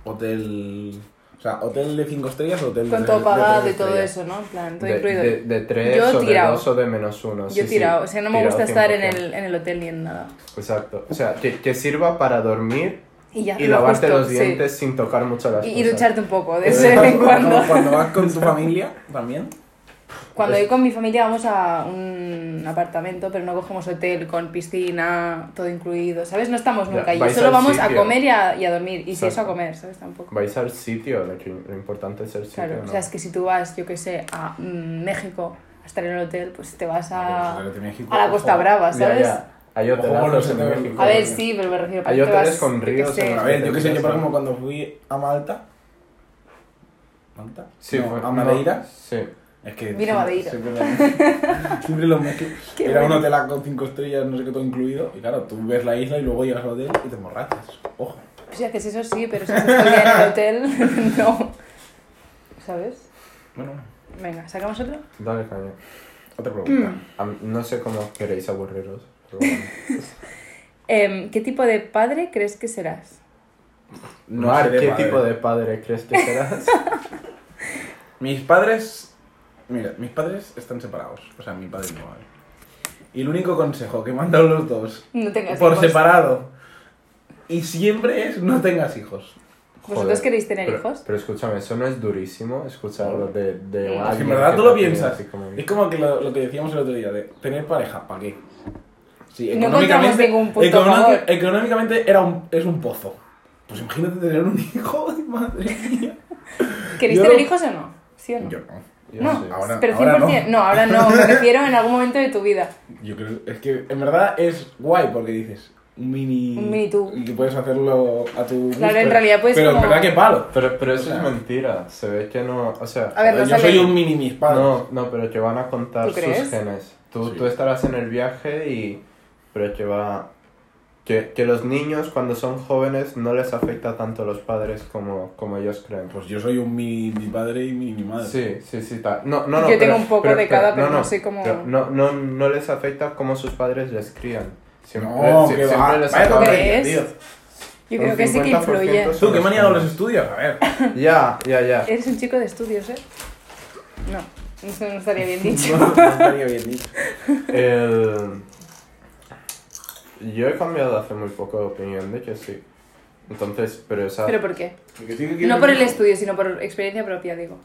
Speaker 3: hotel? O sea, hotel de 5 estrellas o hotel
Speaker 1: Con
Speaker 3: de
Speaker 1: todo
Speaker 3: de
Speaker 1: pagado
Speaker 3: tres
Speaker 1: y todo
Speaker 3: estrellas?
Speaker 1: eso, ¿no? En plan, todo
Speaker 2: de,
Speaker 1: incluido.
Speaker 2: de, de tres
Speaker 1: Yo
Speaker 2: o de
Speaker 1: tirao.
Speaker 2: dos o de menos uno. sí,
Speaker 1: Yo he
Speaker 2: sí,
Speaker 1: tirado, o sea, no me
Speaker 2: tirao
Speaker 1: gusta estar en
Speaker 2: 100%.
Speaker 1: el, en el hotel ni en nada.
Speaker 2: Exacto. O sea, que, que sirva para dormir
Speaker 1: Y ya,
Speaker 2: y
Speaker 1: lo
Speaker 2: lavarte
Speaker 1: justo,
Speaker 2: los
Speaker 1: sí.
Speaker 2: dientes sin tocar mucho las
Speaker 1: Y, y
Speaker 2: cosas.
Speaker 1: ducharte un poco,
Speaker 2: [laughs]
Speaker 1: de vez en cuando.
Speaker 3: Como Cuando vas con tu familia también.
Speaker 1: Cuando voy con mi familia vamos a un apartamento, pero no cogemos hotel con piscina, todo incluido, ¿sabes? No estamos
Speaker 2: Ya,
Speaker 1: nunca allí,
Speaker 2: vais
Speaker 1: solo
Speaker 2: al
Speaker 1: vamos a
Speaker 2: sitio.
Speaker 1: comer y a, y a dormir. Y si
Speaker 2: Exacto.
Speaker 1: eso a comer, ¿sabes? Tampoco.
Speaker 2: Vais al sitio, lo, que- lo importante es el sitio.
Speaker 1: Claro, o
Speaker 2: ¿no?
Speaker 1: sea, es que si tú vas, yo qué sé, a mm, México a estar en el hotel, pues te vas a,
Speaker 3: Pues, de México,
Speaker 1: a la Costa
Speaker 3: ojo.
Speaker 1: Brava,
Speaker 2: Ya,
Speaker 1: ¿sabes?
Speaker 2: ya. Hay
Speaker 3: Ojo,
Speaker 2: hotelazos
Speaker 3: no
Speaker 2: en
Speaker 3: se te-
Speaker 2: México.
Speaker 1: A ver, sí, pero me refiero
Speaker 2: Hay
Speaker 1: que te
Speaker 2: hoteles
Speaker 1: vas,
Speaker 2: con
Speaker 1: yo qué
Speaker 2: ríos
Speaker 1: sé.
Speaker 2: en
Speaker 3: A ver, yo qué sé, yo por ejemplo cuando fui a Malta. ¿Malta?
Speaker 2: Sí,
Speaker 3: No,
Speaker 2: fue-
Speaker 3: a Madeira.
Speaker 2: no, sí.
Speaker 3: Es que.
Speaker 1: Vino a Madeira. [laughs]
Speaker 3: Siempre, lo- siempre lo mezclo.
Speaker 1: Qué
Speaker 3: Era
Speaker 1: bueno.
Speaker 3: un hotel con 5 estrellas, no sé qué, todo incluido. Y claro, tú ves la isla y luego llegas al hotel y te emborrachas. Ojo.
Speaker 1: Pues si haces eso sí, pero si haces todo el día en el hotel, [laughs] no. ¿Sabes?
Speaker 3: Bueno,
Speaker 1: Venga, ¿sacamos otro?
Speaker 2: Dale caña.
Speaker 3: otra
Speaker 1: Mm.
Speaker 3: pregunta.
Speaker 2: A mí- No sé cómo queréis aburriros. pero
Speaker 3: [laughs]
Speaker 2: bueno.
Speaker 1: Em, ¿Qué tipo de padre crees que serás?
Speaker 2: Mar,
Speaker 3: seré
Speaker 2: ¿qué
Speaker 3: padre.
Speaker 2: tipo de padre crees
Speaker 1: [laughs]
Speaker 2: que serás?
Speaker 3: Mis padres. Mira, mis padres están separados. O sea, mi padre y mi madre. Y el único consejo que me han dado los dos,
Speaker 1: No tengas
Speaker 3: por
Speaker 1: hijos.
Speaker 3: separado, y siempre es no tengas hijos.
Speaker 1: ¿Vosotros
Speaker 2: Joder,
Speaker 1: queréis tener
Speaker 2: pero-
Speaker 1: hijos?
Speaker 2: Pero escúchame, eso no es durísimo escucharlo de, de
Speaker 1: Mm.
Speaker 3: Es que
Speaker 2: alguien
Speaker 3: en verdad
Speaker 2: que
Speaker 3: tú
Speaker 2: no
Speaker 3: lo
Speaker 2: tiene
Speaker 3: piensas.
Speaker 2: así como-
Speaker 3: Es como que lo, lo que decíamos el otro día, de tener pareja, ¿para qué? Sí,
Speaker 1: No encontramos
Speaker 3: económicamente,
Speaker 1: ningún punto
Speaker 3: económica-
Speaker 1: favor.
Speaker 3: económicamente era un, es un pozo. Pues imagínate tener un [laughs] hijo, madre mía.
Speaker 1: ¿Queréis
Speaker 3: Yo
Speaker 1: tener
Speaker 3: no-
Speaker 1: hijos o no? ¿Sí o no?
Speaker 3: Yo no.
Speaker 2: Yo
Speaker 1: No.
Speaker 2: sí.
Speaker 3: Ahora,
Speaker 1: Pero 100%,
Speaker 3: ahora no.
Speaker 1: no. ahora no, me refiero en algún momento de tu vida.
Speaker 3: Yo creo, es que en verdad es guay porque dices un mini.
Speaker 1: Un mini tú.
Speaker 3: Y que puedes hacerlo a tu. gusto.
Speaker 1: Claro, en realidad puedes
Speaker 3: Pero en
Speaker 1: como-
Speaker 3: verdad que palo.
Speaker 2: Pero, pero eso
Speaker 3: O sea-
Speaker 2: es mentira. Se ve que no. O sea.
Speaker 1: A ver, no
Speaker 3: yo
Speaker 1: sale-
Speaker 3: soy un mini mis padres.
Speaker 2: No, no, pero que van a contar
Speaker 1: ¿Tú crees?
Speaker 2: sus genes. Tú,
Speaker 3: Sí.
Speaker 2: tú estarás en el viaje y... Pero que va... Que, que los niños cuando son jóvenes no les afecta tanto a los padres como, como ellos creen.
Speaker 3: Pues yo soy un mini mi padre y mini mi madre.
Speaker 2: Sí, sí, sí. ta- No, no, no,
Speaker 1: Yo
Speaker 2: pero-
Speaker 1: tengo un poco de cada, pero no sé cómo-
Speaker 2: no, no, no les afecta como sus padres les crían. Siempre, eh,
Speaker 3: No,
Speaker 2: si-
Speaker 3: que
Speaker 2: siempre
Speaker 3: va.
Speaker 2: les
Speaker 3: Vaya
Speaker 2: acaba-
Speaker 1: tontería.
Speaker 3: tontería,
Speaker 1: crees?
Speaker 3: tío.
Speaker 1: Yo
Speaker 2: Un
Speaker 1: creo que sí que
Speaker 2: 50%
Speaker 1: influye.
Speaker 2: son
Speaker 3: Tú, ¿qué manía con los estudios? A ver.
Speaker 2: Ya,
Speaker 1: [laughs]
Speaker 2: ya, ya.
Speaker 1: Eres un chico de estudios, ¿eh? No, eso no estaría bien dicho.
Speaker 3: No, no estaría bien dicho.
Speaker 2: El... Yo he cambiado hace muy poco de opinión de que sí. Entonces, pero esa...
Speaker 1: ¿Pero por qué?
Speaker 3: Porque sigue
Speaker 1: No
Speaker 3: queriendo-
Speaker 1: por el estudio, sino por experiencia propia, digo.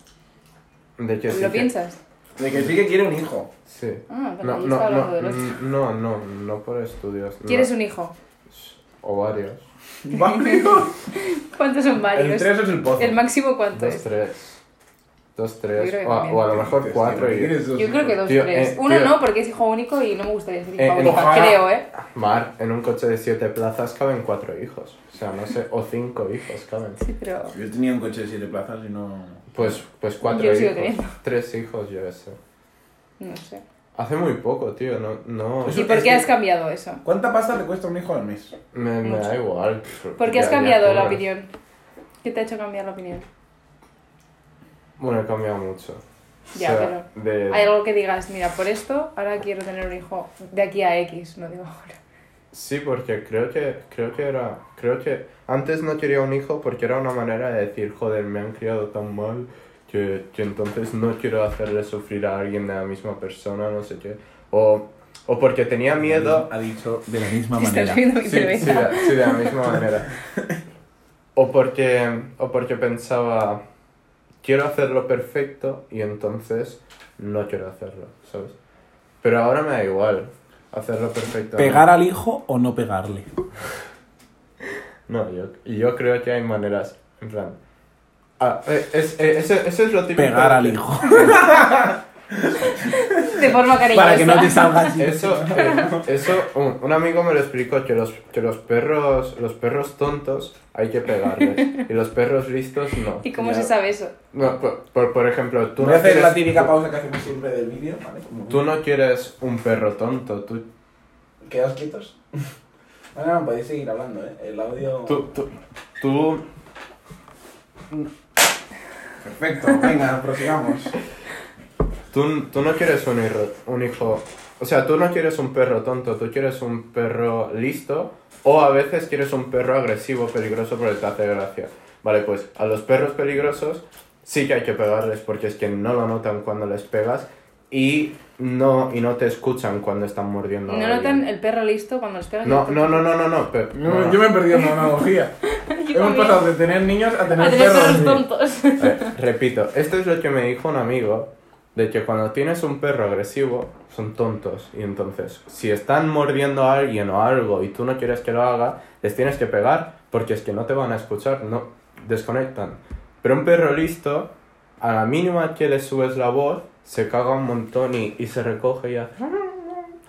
Speaker 2: de que sí
Speaker 1: ¿Lo
Speaker 2: que-
Speaker 1: piensas?
Speaker 3: De que sí que quiere un hijo.
Speaker 2: Sí.
Speaker 1: Ah, pero
Speaker 2: No,
Speaker 1: ahí
Speaker 2: no,
Speaker 1: está hablando
Speaker 2: no,
Speaker 1: del otro.
Speaker 2: mm, no, no, no por estudios. no.
Speaker 1: ¿Quieres un hijo?
Speaker 2: O varios.
Speaker 1: [laughs]
Speaker 3: Vámonos.
Speaker 1: ¿Cuántos son
Speaker 3: El
Speaker 1: varios?
Speaker 3: 3 es el pozo.
Speaker 1: pues ¿El máximo cuánto
Speaker 2: Dos,
Speaker 1: es?
Speaker 2: tres. Dos,
Speaker 1: Yo
Speaker 2: tres.
Speaker 1: creo que
Speaker 2: O, a-
Speaker 1: también.
Speaker 2: o a lo mejor cuatro y...
Speaker 1: Yo creo que dos,
Speaker 2: Tío,
Speaker 1: tres.
Speaker 2: eh,
Speaker 1: Uno
Speaker 2: tío.
Speaker 1: no, porque es hijo único y no me gustaría ser hijo
Speaker 2: Eh,
Speaker 1: única,
Speaker 3: ojalá.
Speaker 1: creo, ¿eh?
Speaker 2: Mar, en un coche de siete plazas caben cuatro hijos. O sea, no sé, o cinco hijos caben.
Speaker 1: Sí, pero...
Speaker 3: Yo tenía un coche de 7 plazas y no.
Speaker 2: Pues, pues cuatro
Speaker 1: Yo sigo
Speaker 2: hijos.
Speaker 1: creyendo.
Speaker 2: Tres hijos, yo ese.
Speaker 1: No sé.
Speaker 2: Hace muy poco, tío. No, no.
Speaker 3: Eso-
Speaker 1: ¿Y por
Speaker 3: es
Speaker 1: qué
Speaker 3: que-
Speaker 1: has cambiado eso?
Speaker 3: ¿Cuánta pasta te cuesta un hijo al mes?
Speaker 2: Me, me da igual.
Speaker 1: ¿Por qué
Speaker 2: Ya-
Speaker 1: has
Speaker 2: ya
Speaker 1: cambiado la
Speaker 2: cobras.
Speaker 1: opinión? ¿Qué te ha hecho cambiar la opinión?
Speaker 2: Bueno, he cambiado mucho.
Speaker 1: Ya,
Speaker 2: O sea, eh, de-
Speaker 1: Hay algo que digas, mira, por esto ahora quiero tener un hijo de aquí a X, no digo ahora.
Speaker 2: Sí, porque creo que, creo que era, creo que antes no quería un hijo porque era una manera de decir, joder, me han criado tan mal que, que entonces no quiero hacerle sufrir a alguien de la misma persona, no sé qué. O, o porque tenía miedo...
Speaker 3: Ha dicho de
Speaker 1: [laughs]
Speaker 3: la misma
Speaker 1: Estás viendo mi
Speaker 2: Sí, sí, de,
Speaker 1: cerveza.
Speaker 2: sí, de la misma manera. O porque, o porque pensaba, quiero hacerlo perfecto y entonces no quiero hacerlo, ¿sabes? Pero ahora me da igual hacerlo perfecto.
Speaker 3: al hijo o no pegarle?
Speaker 2: No, yo, y yo creo que hay maneras. En plan. Ah, eh, es, eh, eso, eso es lo típico. de-
Speaker 3: hijo.
Speaker 1: De forma cariñosa.
Speaker 3: salga así.
Speaker 2: Eso, eh, eso un, un amigo me lo explicó: que los, que los perros los perros tontos hay que pegarles. y los perros listos no.
Speaker 1: ¿Y cómo
Speaker 3: Ya.
Speaker 1: se sabe eso?
Speaker 2: No, por, por- por ejemplo, tú
Speaker 3: Voy a
Speaker 2: no,
Speaker 3: hacer
Speaker 2: quieres,
Speaker 3: la típica pausa que hacemos siempre del vídeo, ¿vale? Como-
Speaker 2: tú no quieres un perro tonto. Tú,
Speaker 3: ¿Quedaos quietos? No, no, podéis seguir hablando, ¿eh? El audio...
Speaker 2: tú, tú, tú-
Speaker 3: Perfecto, venga, prosigamos.
Speaker 2: tú- tú no quieres un, hirro- un hijo. O sea, tú no quieres un perro tonto, tú quieres un perro listo. O a veces quieres un perro agresivo, peligroso, porque te hace gracia. Vale, pues a los perros peligrosos sí que hay que pegarles porque es que no lo notan cuando les pegas y no, y no te escuchan cuando están mordiendo.
Speaker 1: ¿No
Speaker 2: a alguien.
Speaker 1: notan el perro listo cuando los pegan?
Speaker 2: No, no, no, no, no, no, pero- no, no.
Speaker 3: Yo me he perdido en la analogía.
Speaker 1: [laughs] Yo
Speaker 3: Hemos
Speaker 1: también.
Speaker 3: pasado de tener niños a tener
Speaker 1: A tener perros
Speaker 3: perros.
Speaker 1: tontos.
Speaker 2: Eh, repito, esto es lo que me dijo un amigo, de que cuando tienes un perro agresivo, son tontos. Y entonces, si están mordiendo a alguien o algo y tú no quieres que lo haga, les tienes que pegar porque es que no te van a escuchar, no desconectan. Pero un perro listo, a la mínima que le subes la voz, se caga un montón y, y se recoge y hace...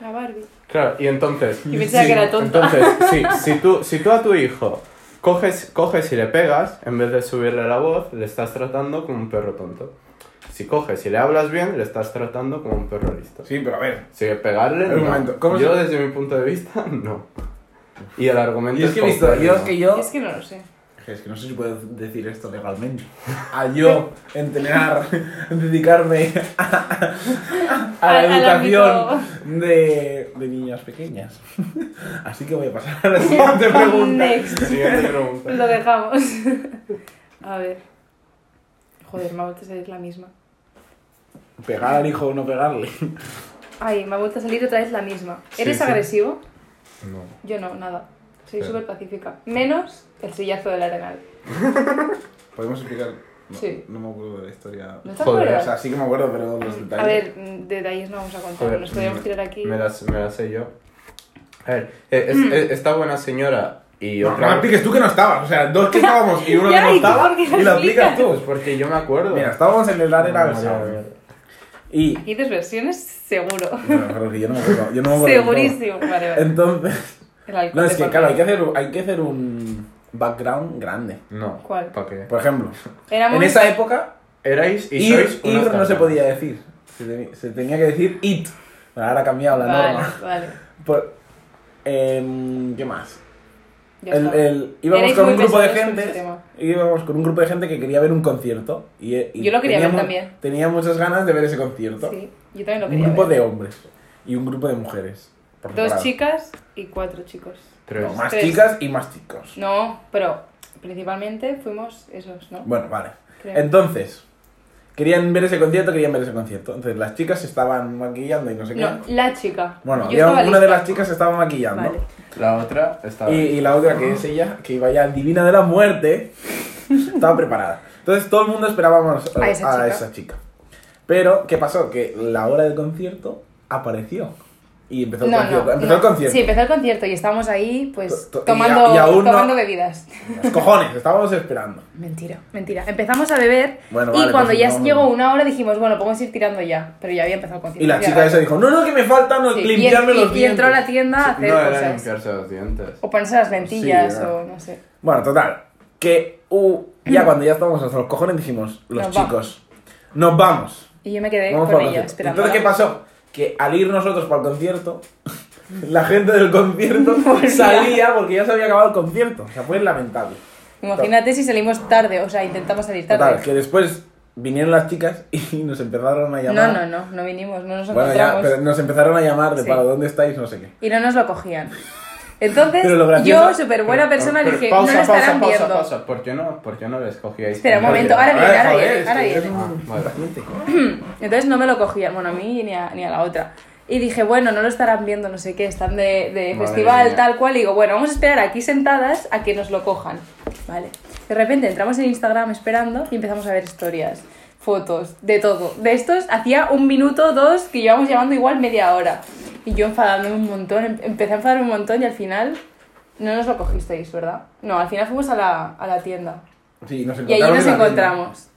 Speaker 1: La Barbie.
Speaker 2: Claro, y entonces...
Speaker 1: Y pensaba
Speaker 3: Sí,
Speaker 1: que era tonta. [laughs]
Speaker 2: Entonces, si, si, tú, si tú a tu hijo coges, coges y le pegas, en vez de subirle la voz, le estás tratando como un perro tonto. Si coges y le hablas bien, le estás tratando como un perro listo.
Speaker 3: Sí, pero a ver.
Speaker 2: Si pegarle,
Speaker 3: A ver, un
Speaker 2: no.
Speaker 3: momento, ¿cómo
Speaker 2: yo
Speaker 3: se-
Speaker 2: desde mi punto de vista, [laughs] no. Y el argumento
Speaker 3: Y es que he visto, yo es que yo...
Speaker 1: Es que no lo sé.
Speaker 3: Es que no sé si puedo decir esto legalmente. [laughs] A yo entrenar, [laughs] dedicarme a, a la
Speaker 1: Al- al
Speaker 3: educación de, de niñas pequeñas. [laughs] Así que voy a pasar a la [laughs] siguiente pregunta.
Speaker 1: Next. [laughs]
Speaker 2: Siguiente pregunta.
Speaker 1: Lo dejamos. [laughs] A ver. Joder, me ha vuelto a salir la misma.
Speaker 3: ¿Pegar al hijo o no pegarle?
Speaker 1: Ay, me ha vuelto a salir otra vez la misma.
Speaker 2: Sí,
Speaker 1: ¿Eres
Speaker 2: sí.
Speaker 1: agresivo?
Speaker 2: No.
Speaker 1: Yo no, nada. Soy
Speaker 2: Sí.
Speaker 1: súper pacífica. Menos el sillazo del arenal.
Speaker 3: ¿Podemos explicar? No,
Speaker 1: Sí.
Speaker 3: No me acuerdo de la historia.
Speaker 1: ¿No te
Speaker 2: Joder,
Speaker 3: O
Speaker 1: acuerdas?
Speaker 3: sea, sí que me acuerdo, pero los detalles.
Speaker 1: A ver, mm, detalles no vamos a contar,
Speaker 2: Joder,
Speaker 1: nos podríamos
Speaker 2: mm,
Speaker 1: tirar aquí.
Speaker 2: Me las, me las sé yo. A ver, eh, es-
Speaker 1: Mm.
Speaker 2: es- esta buena señora y
Speaker 3: No, no
Speaker 2: otra...
Speaker 3: me piques tú que no estabas. O sea, dos que
Speaker 1: [laughs]
Speaker 3: estábamos y uno que
Speaker 1: Ya,
Speaker 3: no
Speaker 1: ¿y tú
Speaker 3: estaba.
Speaker 1: por qué lo
Speaker 3: Y la
Speaker 1: explicas?
Speaker 3: aplicas tú.
Speaker 2: Pues porque yo me acuerdo.
Speaker 3: Mira, estábamos en el área
Speaker 2: Madre
Speaker 3: del
Speaker 2: mía.
Speaker 3: sábado. Y.
Speaker 1: Aquí desversiones, seguro.
Speaker 3: No, pero que yo no me acuerdo. Yo no me acuerdo del todo.
Speaker 1: Segurísimo. Vale, vale. [laughs]
Speaker 3: Entonces.
Speaker 1: El alcohol
Speaker 3: No, es
Speaker 1: de
Speaker 3: que
Speaker 1: por
Speaker 3: claro, hay que
Speaker 1: medio.
Speaker 3: hacer, hay que hacer un background grande.
Speaker 2: No.
Speaker 1: ¿Cuál?
Speaker 2: ¿Para qué?
Speaker 3: Por ejemplo,
Speaker 1: Éramos-
Speaker 3: en esa época,
Speaker 2: Erais y
Speaker 3: ir,
Speaker 2: sois
Speaker 3: ir
Speaker 2: unos
Speaker 3: no se
Speaker 2: cabrones.
Speaker 3: podía decir. Se, teni- se tenía que decir it. Pero ahora ha cambiado la
Speaker 1: Vale,
Speaker 3: norma.
Speaker 1: vale.
Speaker 3: Por- em, ¿Qué más?
Speaker 1: Ya
Speaker 3: El-
Speaker 1: está.
Speaker 3: el- íbamos
Speaker 1: Erais
Speaker 3: con
Speaker 1: muy
Speaker 3: un grupo de
Speaker 1: pesados con este
Speaker 3: gente.
Speaker 1: tema.
Speaker 3: Íbamos con un grupo de gente que quería ver un concierto. Y, eh, y
Speaker 1: Yo lo quería ver
Speaker 3: teníamos-
Speaker 1: también.
Speaker 3: Tenía muchas ganas de ver ese concierto.
Speaker 1: Sí, yo también lo
Speaker 3: un
Speaker 1: quería
Speaker 3: grupo
Speaker 1: ver.
Speaker 3: de hombres y un grupo de mujeres. por
Speaker 1: Dos
Speaker 3: separado.
Speaker 1: chicas y cuatro chicos.
Speaker 2: Tres.
Speaker 3: No, más
Speaker 1: Tres.
Speaker 3: chicas y más chicos.
Speaker 1: No, pero principalmente fuimos esos, ¿no?
Speaker 3: Bueno, vale.
Speaker 1: Creo.
Speaker 3: Entonces, querían ver ese concierto, querían ver ese concierto. Entonces, las chicas se estaban maquillando y no sé qué.
Speaker 1: No, la chica.
Speaker 3: Bueno,
Speaker 1: Yo
Speaker 3: había
Speaker 1: estaba
Speaker 3: una de
Speaker 1: lista.
Speaker 3: las chicas se estaba maquillando.
Speaker 1: Vale.
Speaker 2: La otra estaba...
Speaker 3: Y, y la otra, que es ella, que iba ya divina de la muerte, estaba preparada. Entonces todo el mundo esperábamos a,
Speaker 1: A esa
Speaker 3: a
Speaker 1: chica.
Speaker 3: esa chica. Pero, ¿qué pasó? Que la hora del concierto apareció. Y empezó el
Speaker 1: No,
Speaker 3: concierto.
Speaker 1: no,
Speaker 3: empezó
Speaker 1: no.
Speaker 3: el concierto.
Speaker 1: Sí, empezó el concierto y estábamos ahí, pues,
Speaker 3: To- to- y
Speaker 1: tomando,
Speaker 3: a- y aún no-
Speaker 1: tomando bebidas.
Speaker 3: Los cojones, estábamos esperando.
Speaker 1: Mentira, mentira. Empezamos a beber
Speaker 3: Bueno,
Speaker 1: y
Speaker 3: vale,
Speaker 1: cuando
Speaker 3: pues
Speaker 1: ya
Speaker 3: no, no.
Speaker 1: llegó una hora dijimos, bueno, podemos ir tirando ya. Pero ya había empezado el concierto.
Speaker 3: Y la
Speaker 1: ya
Speaker 3: chica
Speaker 1: raro.
Speaker 3: esa dijo, no, no, que me faltan los-
Speaker 1: Sí, y en-
Speaker 3: limpiarme
Speaker 1: y-
Speaker 3: los dientes.
Speaker 1: Y entró a la tienda a Ah, hacer
Speaker 2: No, era
Speaker 1: cosas.
Speaker 2: limpiarse los dientes.
Speaker 1: O ponerse las lentillas
Speaker 3: Sí,
Speaker 1: o no sé.
Speaker 3: Bueno, total, que uh,
Speaker 1: [clears throat]
Speaker 3: ya cuando ya estábamos hasta los cojones dijimos, los
Speaker 1: Nos
Speaker 3: chicos, nos vamos.
Speaker 1: Y yo me quedé
Speaker 3: Vamos
Speaker 1: con
Speaker 3: para el
Speaker 1: ella,
Speaker 3: concierto.
Speaker 1: esperando.
Speaker 3: Entonces, ¿qué pasó? Que al ir nosotros para el concierto, la gente del concierto
Speaker 1: [laughs] Volvía.
Speaker 3: salía porque ya se había acabado el concierto. O sea, fue lamentable.
Speaker 1: Imagínate si salimos tarde, o sea, intentamos salir tarde.
Speaker 3: Total, que después vinieron las chicas y nos empezaron a llamar.
Speaker 1: No, no, no, no vinimos, no nos
Speaker 3: Bueno, ya,
Speaker 1: encontramos.
Speaker 3: pero nos empezaron a llamar de
Speaker 1: Sí.
Speaker 3: para dónde estáis, no sé qué.
Speaker 1: Y no nos lo cogían. Entonces,
Speaker 3: Pero lo gracioso-
Speaker 1: yo, súper buena persona,
Speaker 2: Pero
Speaker 1: dije,
Speaker 2: pausa,
Speaker 1: no lo
Speaker 2: pausa,
Speaker 1: estarán
Speaker 2: pausa,
Speaker 1: viendo.
Speaker 2: pausa. ¿Por qué no, por qué no les cogíais?
Speaker 1: Espera, un
Speaker 2: Porque-
Speaker 1: momento, ahora viene,
Speaker 3: Ay,
Speaker 1: ahora
Speaker 3: Ah, joder,
Speaker 1: viene,
Speaker 3: es
Speaker 1: ahora
Speaker 3: que eres
Speaker 1: viene.
Speaker 3: un
Speaker 2: Ah, vale.
Speaker 3: paciente.
Speaker 1: Entonces no me lo cogían, bueno, a mí ni a, ni a la otra. Y dije, bueno, no lo estarán viendo, no sé qué, están de, de
Speaker 2: Madre
Speaker 1: festival,
Speaker 2: mía.
Speaker 1: tal cual. Y digo, bueno, vamos a esperar aquí sentadas a que nos lo cojan. Vale. De repente entramos en Instagram esperando y empezamos a ver historias, fotos, de todo. De estos hacía un minuto, dos, que llevamos llevando igual media hora. Y yo enfadándome un montón, em- empecé a enfadarme un montón y al final no nos lo cogisteis, ¿verdad? No, al final fuimos a la, a la tienda.
Speaker 3: Sí, nos
Speaker 1: Y allí nos
Speaker 3: encontramos. en la tienda.
Speaker 1: encontramos.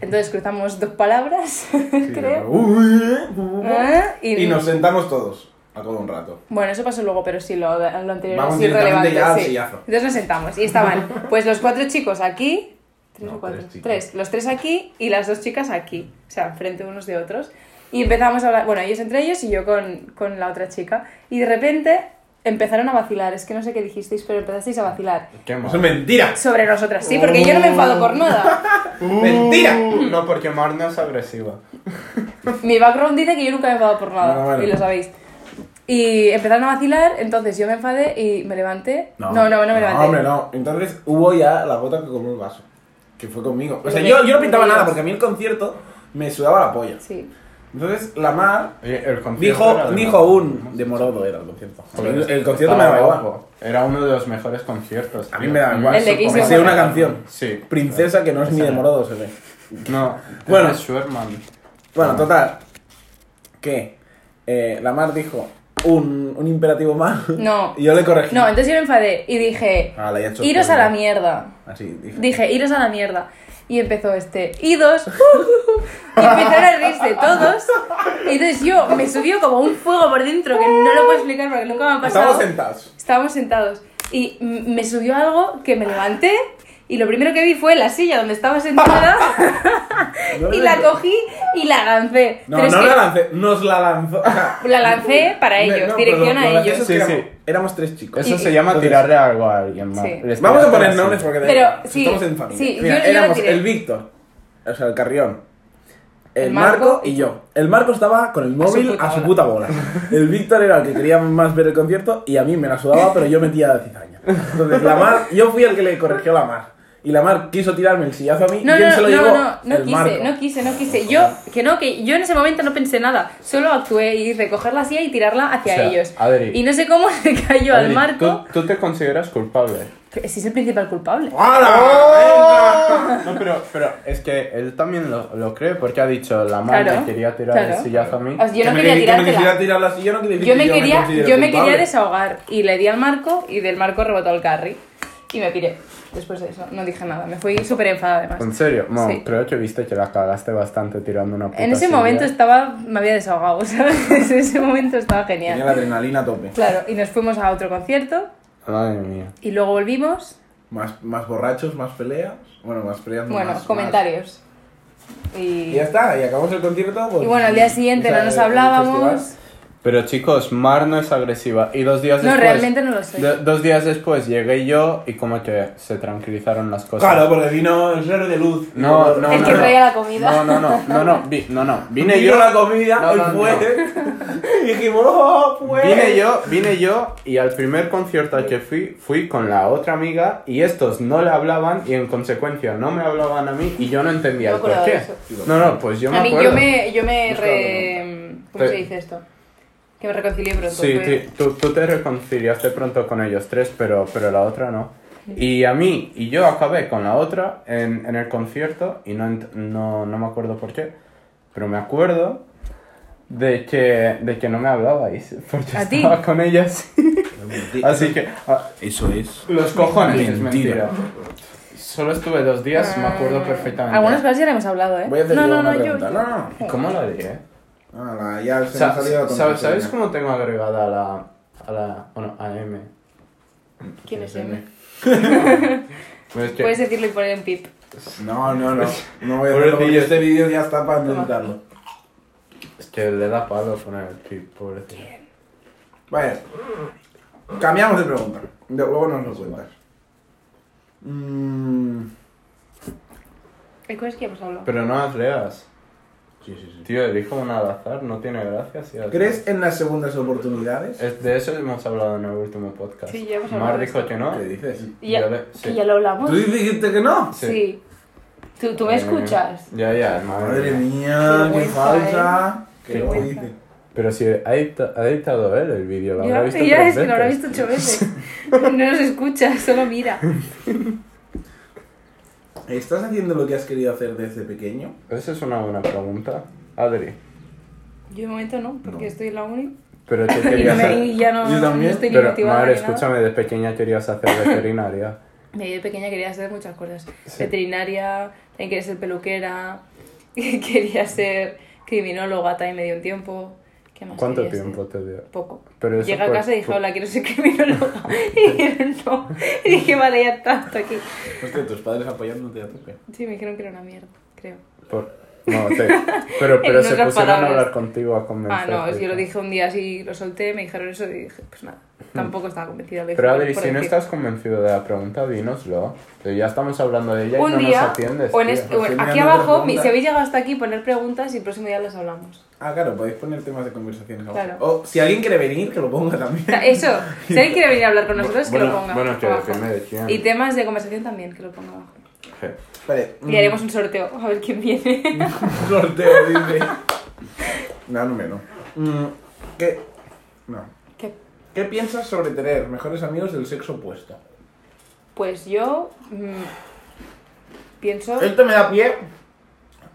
Speaker 1: Entonces cruzamos dos palabras,
Speaker 3: Sí,
Speaker 1: [laughs] creo.
Speaker 3: uy, eh, uh, uh,
Speaker 1: ¿Eh?
Speaker 3: Y nos sentamos todos a todo un rato.
Speaker 1: Bueno, eso pasó luego, pero sí, lo, de- lo anterior
Speaker 3: Vamos
Speaker 1: es
Speaker 3: directamente
Speaker 1: irrelevante.
Speaker 3: ya al
Speaker 1: sí.
Speaker 3: sillazo.
Speaker 1: Entonces nos sentamos y
Speaker 3: [laughs]
Speaker 1: estaban pues los cuatro chicos aquí. ¿Tres
Speaker 3: No,
Speaker 1: o cuatro?
Speaker 3: tres chicos.
Speaker 1: Tres. Los tres aquí y las dos chicas aquí. O sea, frente unos de otros. Y empezamos a hablar, bueno, ellos entre ellos y yo con, con la otra chica. Y de repente empezaron a vacilar. Es que no sé qué dijisteis, pero empezasteis a vacilar.
Speaker 2: Qué mal.
Speaker 3: Eso es mentira.
Speaker 1: Sobre nosotras, sí, porque yo no me enfado por nada.
Speaker 2: Uh,
Speaker 3: ¡Mentira!
Speaker 2: No, porque Marna es agresiva.
Speaker 1: Mi background dice que yo nunca me he enfadado por nada,
Speaker 3: Bueno, bueno.
Speaker 1: y lo sabéis. Y empezaron a vacilar, entonces yo me enfadé y me levanté. No, no, no, me levanté.
Speaker 3: hombre, no. Entonces hubo ya la gota que colmó el vaso. Que fue conmigo. O sea,
Speaker 1: Lo
Speaker 3: yo,
Speaker 1: que-
Speaker 3: yo no pintaba
Speaker 1: lo que
Speaker 3: nada
Speaker 1: digas.
Speaker 3: porque a mí el concierto me sudaba la polla.
Speaker 1: Sí.
Speaker 3: Entonces la Mar
Speaker 2: Oye, el concierto
Speaker 3: dijo,
Speaker 2: era de
Speaker 3: dijo
Speaker 2: Morodo,
Speaker 3: un.
Speaker 2: ¿no?
Speaker 3: De Morodo era el concierto. A mí
Speaker 2: Joder,
Speaker 3: el concierto me
Speaker 2: estaba
Speaker 3: daba igual.
Speaker 2: guapo. Era uno de los mejores conciertos.
Speaker 3: A mí
Speaker 2: tío.
Speaker 3: me daba igual.
Speaker 1: El de
Speaker 3: supongo.
Speaker 1: Kiss
Speaker 3: Me
Speaker 1: me
Speaker 3: sé
Speaker 1: mola.
Speaker 3: una canción.
Speaker 2: Sí.
Speaker 3: Princesa que no es ni de Morodo, se ve.
Speaker 2: No,
Speaker 3: Bueno.
Speaker 2: bueno. es Schwerman. Ah.
Speaker 3: Bueno, total. Que eh, la Mar dijo un, un imperativo más.
Speaker 1: No.
Speaker 3: [laughs] Y yo le corregí.
Speaker 1: No, entonces yo me enfadé y dije,
Speaker 3: Ah, la he hecho
Speaker 1: iros a
Speaker 3: por-
Speaker 1: la mierda.
Speaker 3: Así dije.
Speaker 1: Dije, iros a la mierda. Y empezó este, idos. [laughs] y empezaron a reírse todos. Y entonces yo me subió como un fuego por dentro que no lo puedo explicar porque nunca me ha pasado.
Speaker 3: Estábamos sentados.
Speaker 1: Estábamos sentados y m- me subió algo que me levanté y lo primero que vi fue la silla donde estaba
Speaker 3: [laughs]
Speaker 1: sentada y la cogí y la lancé.
Speaker 3: No,
Speaker 1: Pero es
Speaker 3: no
Speaker 1: que
Speaker 3: la lancé, nos
Speaker 1: [laughs]
Speaker 3: la lanzó. O sea,
Speaker 1: la lancé para
Speaker 3: me-
Speaker 1: ellos,
Speaker 3: no,
Speaker 1: dirección
Speaker 3: pero lo-
Speaker 1: a
Speaker 3: lo gracioso
Speaker 1: ellos.
Speaker 3: es que
Speaker 2: Sí,
Speaker 3: éramos,
Speaker 2: sí.
Speaker 3: éramos tres chicos.
Speaker 2: Eso
Speaker 1: Y-
Speaker 2: se llama
Speaker 3: entonces-
Speaker 2: tirarle algo a alguien más.
Speaker 1: Sí.
Speaker 2: Les
Speaker 3: Vamos a
Speaker 2: tiraste
Speaker 3: poner
Speaker 2: así.
Speaker 3: nombres porque da
Speaker 1: Pero,
Speaker 3: igual,
Speaker 1: sí,
Speaker 3: estamos en familia.
Speaker 1: sí,
Speaker 3: Mira,
Speaker 1: yo- yo lo
Speaker 3: éramos
Speaker 1: diré.
Speaker 3: el Víctor, o sea, el Carrión, el,
Speaker 1: El
Speaker 3: Marco,
Speaker 1: Marco
Speaker 3: y yo. El Marco estaba con el móvil
Speaker 1: puta
Speaker 3: a su
Speaker 1: bola.
Speaker 3: puta bola. El Víctor era el que quería más ver el concierto y a mí me la sudaba, pero yo metía la cizaña. Entonces, la Mar, yo fui el que le corrigió la Mar. Y la Mar quiso tirarme el sillazo a mí.
Speaker 1: No,
Speaker 3: ¿Y
Speaker 1: no,
Speaker 3: quién
Speaker 1: no,
Speaker 3: se lo
Speaker 1: no,
Speaker 3: llevó?
Speaker 1: no, no
Speaker 3: El
Speaker 1: quise,
Speaker 3: Marco.
Speaker 1: no quise, no quise. Yo, que no, que yo en ese momento no pensé nada. Solo actué y recoger la silla y tirarla hacia
Speaker 2: O sea,
Speaker 1: ellos.
Speaker 2: Adri,
Speaker 1: Y no sé cómo [laughs] se cayó al
Speaker 2: Adri,
Speaker 1: marco.
Speaker 2: Tú, tú te consideras culpable.
Speaker 1: Si es el principal culpable.
Speaker 3: ¡Hala!
Speaker 1: ¡Ah!
Speaker 2: No, pero, pero es que él también lo, lo cree porque ha dicho la madre
Speaker 1: Claro,
Speaker 2: quería tirar
Speaker 1: claro.
Speaker 2: el sillazo a mí.
Speaker 1: O sea, yo
Speaker 3: Que
Speaker 1: no
Speaker 3: me
Speaker 1: quería
Speaker 3: que me
Speaker 1: tirártela.
Speaker 3: quisiera tirar la silla, no quería decir
Speaker 1: Yo me
Speaker 3: que
Speaker 1: quería,
Speaker 3: considero
Speaker 1: yo me quería
Speaker 3: culpable.
Speaker 1: desahogar y le di al marco y del marco rebotó al carry y me piré. Después de eso, no dije nada, me fui súper enfadada
Speaker 2: En
Speaker 1: además.
Speaker 2: serio, no,
Speaker 1: Sí.
Speaker 2: creo que viste que la cagaste bastante tirando una puta
Speaker 1: En ese
Speaker 2: silla.
Speaker 1: momento estaba, me había desahogado, [laughs] ¿sabes? En ese momento estaba
Speaker 3: Tenía
Speaker 1: genial.
Speaker 3: la adrenalina a tope.
Speaker 1: Claro, y nos fuimos a otro concierto
Speaker 2: Madre mía.
Speaker 1: y luego volvimos.
Speaker 3: Más, más borrachos, más peleas. Bueno, más peleas. no,
Speaker 1: Bueno,
Speaker 3: más-
Speaker 1: comentarios.
Speaker 3: más-
Speaker 1: Y,
Speaker 3: Y ya está, y acabamos el concierto. pues-
Speaker 1: y bueno, al día siguiente
Speaker 3: o sea,
Speaker 1: no nos
Speaker 3: el- el
Speaker 1: hablábamos.
Speaker 3: festival.
Speaker 2: Pero chicos, Mar no es agresiva. Y dos días
Speaker 1: No,
Speaker 2: después.
Speaker 1: realmente no lo soy.
Speaker 2: do- dos días después llegué yo y como que se tranquilizaron las cosas.
Speaker 3: Claro, porque vino el ser de luz.
Speaker 2: No, no,
Speaker 1: El
Speaker 2: no,
Speaker 1: que
Speaker 2: no.
Speaker 1: traía la comida.
Speaker 2: No, no, no, no, no, vi- no, no. Vine
Speaker 3: Vine
Speaker 2: yo,
Speaker 3: yo la comida,
Speaker 2: No,
Speaker 3: el
Speaker 2: no, no.
Speaker 3: fuete. [laughs] Y dijimos, ¡oh, pues!
Speaker 2: vine yo, vine yo y al primer concierto al que fui, fui con la otra amiga y estos no le hablaban y en consecuencia no me hablaban a mí y yo no entendía
Speaker 1: No
Speaker 2: el por
Speaker 1: acordaba de
Speaker 2: qué.
Speaker 3: eso.
Speaker 2: No, no, pues yo me
Speaker 1: a mí,
Speaker 2: acuerdo.
Speaker 1: yo me, yo me
Speaker 3: Buscaba
Speaker 1: re- ¿Cómo
Speaker 2: Te-
Speaker 1: se dice esto? Que me reconcilié pronto.
Speaker 2: Sí,
Speaker 1: fue-
Speaker 2: ti- tú, tú te reconciliaste pronto con ellos tres, pero, pero la otra no. Y a mí, y yo acabé con la otra en, en el concierto, y no, ent- no, no me acuerdo por qué, pero me acuerdo de que, de que no me hablabais, [laughs] porque
Speaker 1: ¿A ti?
Speaker 2: estaba con ellas. Así que, ah,
Speaker 3: Eso Ah, es.
Speaker 2: los cojones, es mentira.
Speaker 3: Mentira.
Speaker 2: Solo estuve dos días, me acuerdo
Speaker 1: Ah.
Speaker 2: perfectamente.
Speaker 1: Algunas cosas ya le hemos hablado, ¿eh?
Speaker 3: Voy a hacer
Speaker 1: no,
Speaker 3: yo
Speaker 1: no,
Speaker 3: una
Speaker 1: no,
Speaker 3: pregunta.
Speaker 1: yo. Oh,
Speaker 3: No, no,
Speaker 2: ¿Y ¿Cómo lo diré?
Speaker 3: no. Ala, ya se me
Speaker 2: Sa-
Speaker 3: ha salido la
Speaker 2: ¿Sabes,
Speaker 3: conversación.
Speaker 2: ¿Sabes cómo tengo agregada a la... A la bueno, a M?
Speaker 1: ¿Quién es M?
Speaker 2: Pues es que-
Speaker 1: Puedes decirlo y poner un pip.
Speaker 3: No,
Speaker 2: [laughs]
Speaker 3: no, no. No voy a
Speaker 2: Pobrecillo.
Speaker 3: hacerlo porque este vídeo ya está para intentarlo.
Speaker 2: Es que le da palo poner el chip, pobrecito.
Speaker 3: Vaya. Cambiamos de pregunta. De- Luego nos lo cuentas. Mm,
Speaker 1: Hay cosas que ya hemos hablado.
Speaker 2: Pero no las leas.
Speaker 3: Sí, sí, sí.
Speaker 2: Tío, elijo una al azar, no tiene gracia. Si las-
Speaker 3: ¿Crees en las segundas oportunidades?
Speaker 2: Es- de eso hemos hablado en el último podcast.
Speaker 1: Sí, ya hemos
Speaker 2: Mar
Speaker 1: hablado de
Speaker 2: dijo
Speaker 1: esto.
Speaker 2: que no.
Speaker 3: ¿Qué dices?
Speaker 1: Y ya,
Speaker 2: yo le- sí.
Speaker 1: y ya lo hablamos.
Speaker 3: ¿Tú dijiste que no?
Speaker 2: Sí.
Speaker 1: Sí. ¿Tú, tú me
Speaker 2: Eh,
Speaker 1: escuchas?
Speaker 2: Ya, ya,
Speaker 3: Madre
Speaker 2: madre mía.
Speaker 3: mía,
Speaker 1: Qué ¿eh?
Speaker 3: qué
Speaker 1: vergüenza,
Speaker 3: falsa.
Speaker 2: Qué
Speaker 3: ¿Qué
Speaker 1: vergüenza.
Speaker 3: dices?
Speaker 2: Pero si ha, edita- ha editado él el vídeo, lo habrá
Speaker 1: Ya, [laughs]
Speaker 2: visto
Speaker 1: ya
Speaker 2: tres
Speaker 1: es que lo habrá
Speaker 2: veces.
Speaker 1: visto ocho
Speaker 2: [laughs]
Speaker 1: veces. [laughs] No nos escucha, solo mira.
Speaker 3: ¿Estás haciendo lo que has querido hacer desde pequeño?
Speaker 2: Esa es una buena pregunta. Adri,
Speaker 1: Yo de momento no, porque
Speaker 3: No.
Speaker 1: estoy en la uni. [laughs]
Speaker 2: pero te
Speaker 1: Y,
Speaker 2: querías...
Speaker 1: me- y ya no,
Speaker 3: Yo también,
Speaker 1: no estoy ni
Speaker 2: Pero,
Speaker 1: motivada.
Speaker 2: madre,
Speaker 1: ni nada.
Speaker 2: escúchame, de pequeña
Speaker 1: [laughs]
Speaker 2: querías hacer veterinaria.
Speaker 1: Me- de pequeña quería hacer muchas cosas.
Speaker 2: Sí.
Speaker 1: Veterinaria, también quería ser peluquera, [laughs] quería ser criminóloga también me dio un tiempo. ¿Qué más
Speaker 2: ¿Cuánto
Speaker 1: quería ser?
Speaker 2: tiempo te dio?
Speaker 1: Poco.
Speaker 2: Pero eso
Speaker 1: Llegué a
Speaker 2: por-
Speaker 1: casa y dije,
Speaker 2: por-
Speaker 1: hola, quiero ser criminóloga. [laughs] Y dijeron, no. [laughs] Y dije, vale, ya tanto aquí.
Speaker 3: Hostia, tus padres apoyándote a tope.
Speaker 1: Sí, me dijeron que era una mierda, creo.
Speaker 2: Por- No, te- pero,
Speaker 1: [laughs]
Speaker 2: pero
Speaker 1: En
Speaker 2: se
Speaker 1: otras
Speaker 2: pusieron
Speaker 1: palabras.
Speaker 2: a hablar contigo a convencer.
Speaker 1: Ah, no, es- yo lo dije un día así, lo solté, me dijeron eso y dije, pues nada, tampoco estaba convencida. lo dije
Speaker 2: Hmm. Pero
Speaker 1: por-
Speaker 2: Adri,
Speaker 1: por
Speaker 2: si no
Speaker 1: decir.
Speaker 2: estás convencido de la pregunta, dínoslo. Que ya estamos hablando de ella y
Speaker 1: Un
Speaker 2: no
Speaker 1: día,
Speaker 2: nos atiendes.
Speaker 1: o en
Speaker 2: tío.
Speaker 1: este- o en-
Speaker 3: Pues
Speaker 1: aquí
Speaker 3: mira, no
Speaker 1: abajo, mi-
Speaker 3: responda.
Speaker 1: si habéis llegado hasta aquí, poner preguntas y el próximo día las hablamos.
Speaker 3: Ah, claro, podéis poner temas de conversaciones abajo.
Speaker 1: Claro.
Speaker 3: O si alguien quiere venir, que lo ponga también.
Speaker 1: [laughs]
Speaker 2: [laughs]
Speaker 1: O sea, Eso, si alguien quiere venir a hablar con nosotros, que lo
Speaker 2: Bueno,
Speaker 1: ponga.
Speaker 2: bueno, que
Speaker 1: abajo.
Speaker 2: depende de quién.
Speaker 1: Y temas de conversación también, que lo ponga abajo.
Speaker 2: Je.
Speaker 3: Vale.
Speaker 2: Mm.
Speaker 1: Y haremos un sorteo, a ver quién
Speaker 2: [laughs]
Speaker 1: viene.
Speaker 3: un sorteo, dice. [laughs] no, no, no. Mm, ¿Qué? No.
Speaker 1: Que,
Speaker 3: ¿Qué piensas sobre tener mejores amigos del sexo opuesto?
Speaker 1: pues yo mm, pienso.
Speaker 3: Esto me da pie